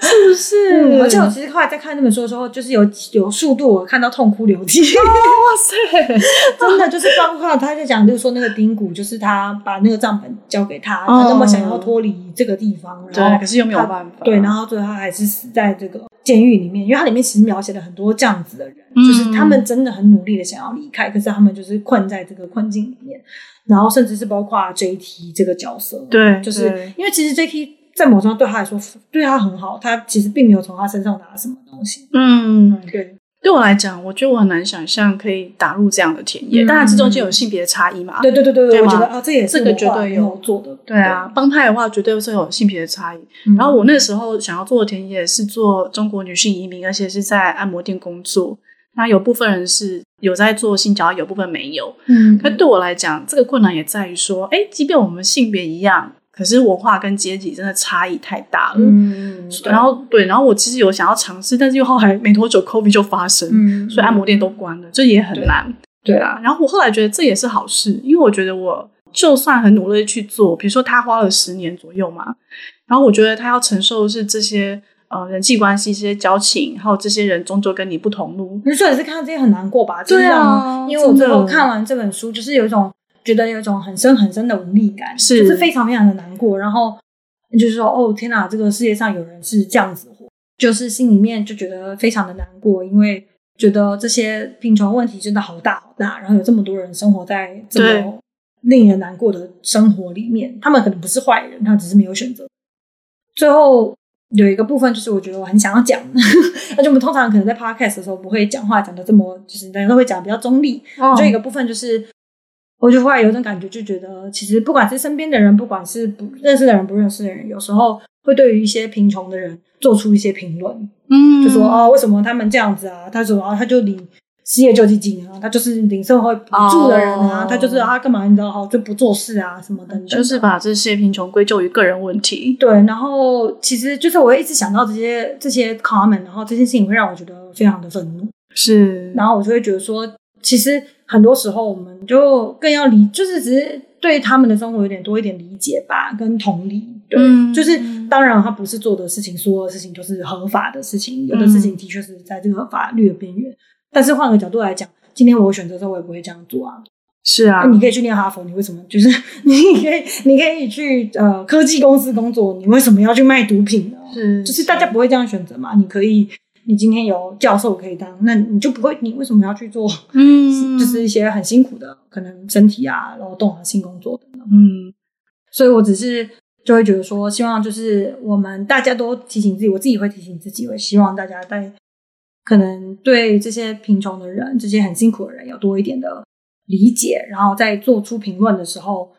S1: 是不是？
S2: 嗯，而且我其实后来在看这本书的时候，就是有有数度我看到痛哭流涕，
S1: 哇塞，
S2: 真的就是包括他在讲，就是说那个丁谷，就是他把那个账本交给他，
S1: 哦
S2: 他那么想要脱离这个地方，然后
S1: 对，可是又没有办法，
S2: 对，然后最后他还是死在这个监狱里面，因为它里面其实描写了很多这样子的人，
S1: 嗯
S2: 就是他们真的很努力的想要离开，可是他们就是困在这个困境里面，然后甚至是包括 JT 这个角色，，
S1: 对，
S2: 就是因为其实 JT 在某程度对他来说对他很好，他其实并没有从他身上拿什么东西，
S1: 嗯，
S2: 对，
S1: 对我来讲，我觉得我很难想象可以打入这样的田野。
S2: 嗯
S1: 当然，这中间有性别差异嘛。
S2: 对对对对
S1: 对
S2: 我
S1: 吗
S2: 觉得啊，这也是
S1: 这个
S2: 我后来
S1: 绝对
S2: 没
S1: 有
S2: 有做的，
S1: 对啊，帮派的话绝对是有性别的差异。
S2: 嗯，
S1: 然后我那时候想要做的田野是做中国女性移民，而且是在按摩店工作。那有部分人是有在做性交易，有部分没有。
S2: 嗯，
S1: 可对我来讲，这个困难也在于说，哎，即便我们性别一样，可是文化跟阶级真的差异太大了。
S2: 嗯，对
S1: 然后对，然后我其实有想要尝试，但是又后来没多久，COVID 就发生，
S2: 嗯，
S1: 所以按摩店都关了，这也很难。
S2: 对
S1: 对
S2: 啊，
S1: 啊，然后我后来觉得这也是好事，因为我觉得我就算很努力去做，比如说他花了十年左右嘛，然后我觉得他要承受的是这些呃人际关系、这些交情，还有这些人终究跟你不同路。
S2: 你说你是看到这些很难过吧？
S1: 对啊
S2: 真的吗因为我
S1: 真的
S2: 最后看完这本书，就是有一种觉得有一种很深很深的无力感，
S1: 是
S2: 就是非常非常的难过。然后就是说，哦天哪，这个世界上有人是这样子活，就是心里面就觉得非常的难过，因为觉得这些贫穷问题真的好大好大，然后有这么多人生活在这
S1: 对
S2: 么令人难过的生活里面，他们可能不是坏人，他们只是没有选择。最后有一个部分就是我觉得我很想要讲， 而且我们通常可能在 podcast 的时候不会讲话讲的这么，就是大家都会讲得比较中立。
S1: 哦
S2: 就一个部分就是，我就后来有一种感觉，就觉得其实不管是身边的人，不管是不认识的人、不认识的人，有时候会对于一些贫穷的人做出一些评论，
S1: 嗯，
S2: 就说哦，为什么他们这样子啊？他说啊，他就领失业救济金啊，他就是领社会补助的人啊，
S1: 哦
S2: 他就是啊干嘛你知道哈就不做事啊什么等等的，
S1: 就是把这些贫穷归咎于个人问题。
S2: 对，然后其实就是我会一直想到这些这些 comment，然后这件事情会让我觉得非常的愤怒，
S1: 是，
S2: 然后我就会觉得说，其实很多时候我们就更要理，就是只是对他们的生活有点多一点理解吧，跟同理。对，
S1: 嗯
S2: 就是当然他不是做的事情，所有的事情都是合法的事情，有的事情的确是在这个法律的边缘。但是换个角度来讲，今天我有选择的时候，我也不会这样做啊。
S1: 是啊
S2: 那，你可以去念哈佛，你为什么就是 你可以你可以去呃科技公司工作，你为什么要去卖毒品呢？
S1: 是
S2: 就是大家不会这样选择嘛？你可以，你今天有教授可以当，那你就不会，你为什么要去做？
S1: 嗯，
S2: 就是一些很辛苦的，可能身体啊、劳动啊、性工作等等。
S1: 嗯，
S2: 所以我只是就会觉得说，希望就是我们大家都提醒自己，我自己会提醒自己，我希望大家在可能对这些贫穷的人、这些很辛苦的人有多一点的理解，然后在做出评论的时候，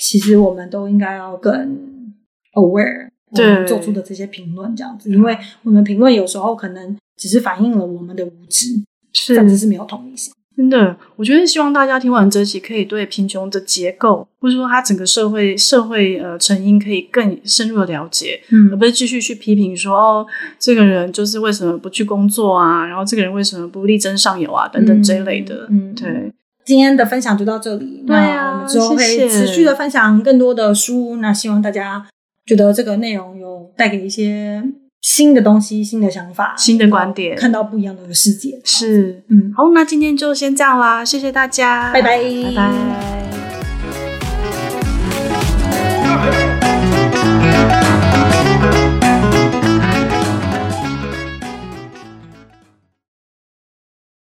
S2: 其实我们都应该要更 aware 我们
S1: 对
S2: 做出的这些评论这样子，因为我们评论有时候可能只是反映了我们的无知，
S1: 是
S2: 甚至是没有同理心。
S1: 真的，我觉得希望大家听完这期，可以对贫穷的结构，或者说它整个社会社会呃成因，可以更深入的了解。
S2: 嗯
S1: 而不是继续去批评说哦，这个人就是为什么不去工作啊，然后这个人为什么不力争上游啊，等等这一类的。
S2: 嗯嗯
S1: 对，
S2: 今天的分享就到这里。
S1: 对啊
S2: 那我们之后
S1: 谢
S2: 会
S1: 谢
S2: 持续的分享更多的书。那希望大家觉得这个内容有带给一些新的东西、新的想法、
S1: 新的观点
S2: 看到不一样的世界。，
S1: 是。
S2: 嗯，
S1: 好，那今天就先这样啦，谢谢大家，
S2: 拜拜，
S1: 拜拜。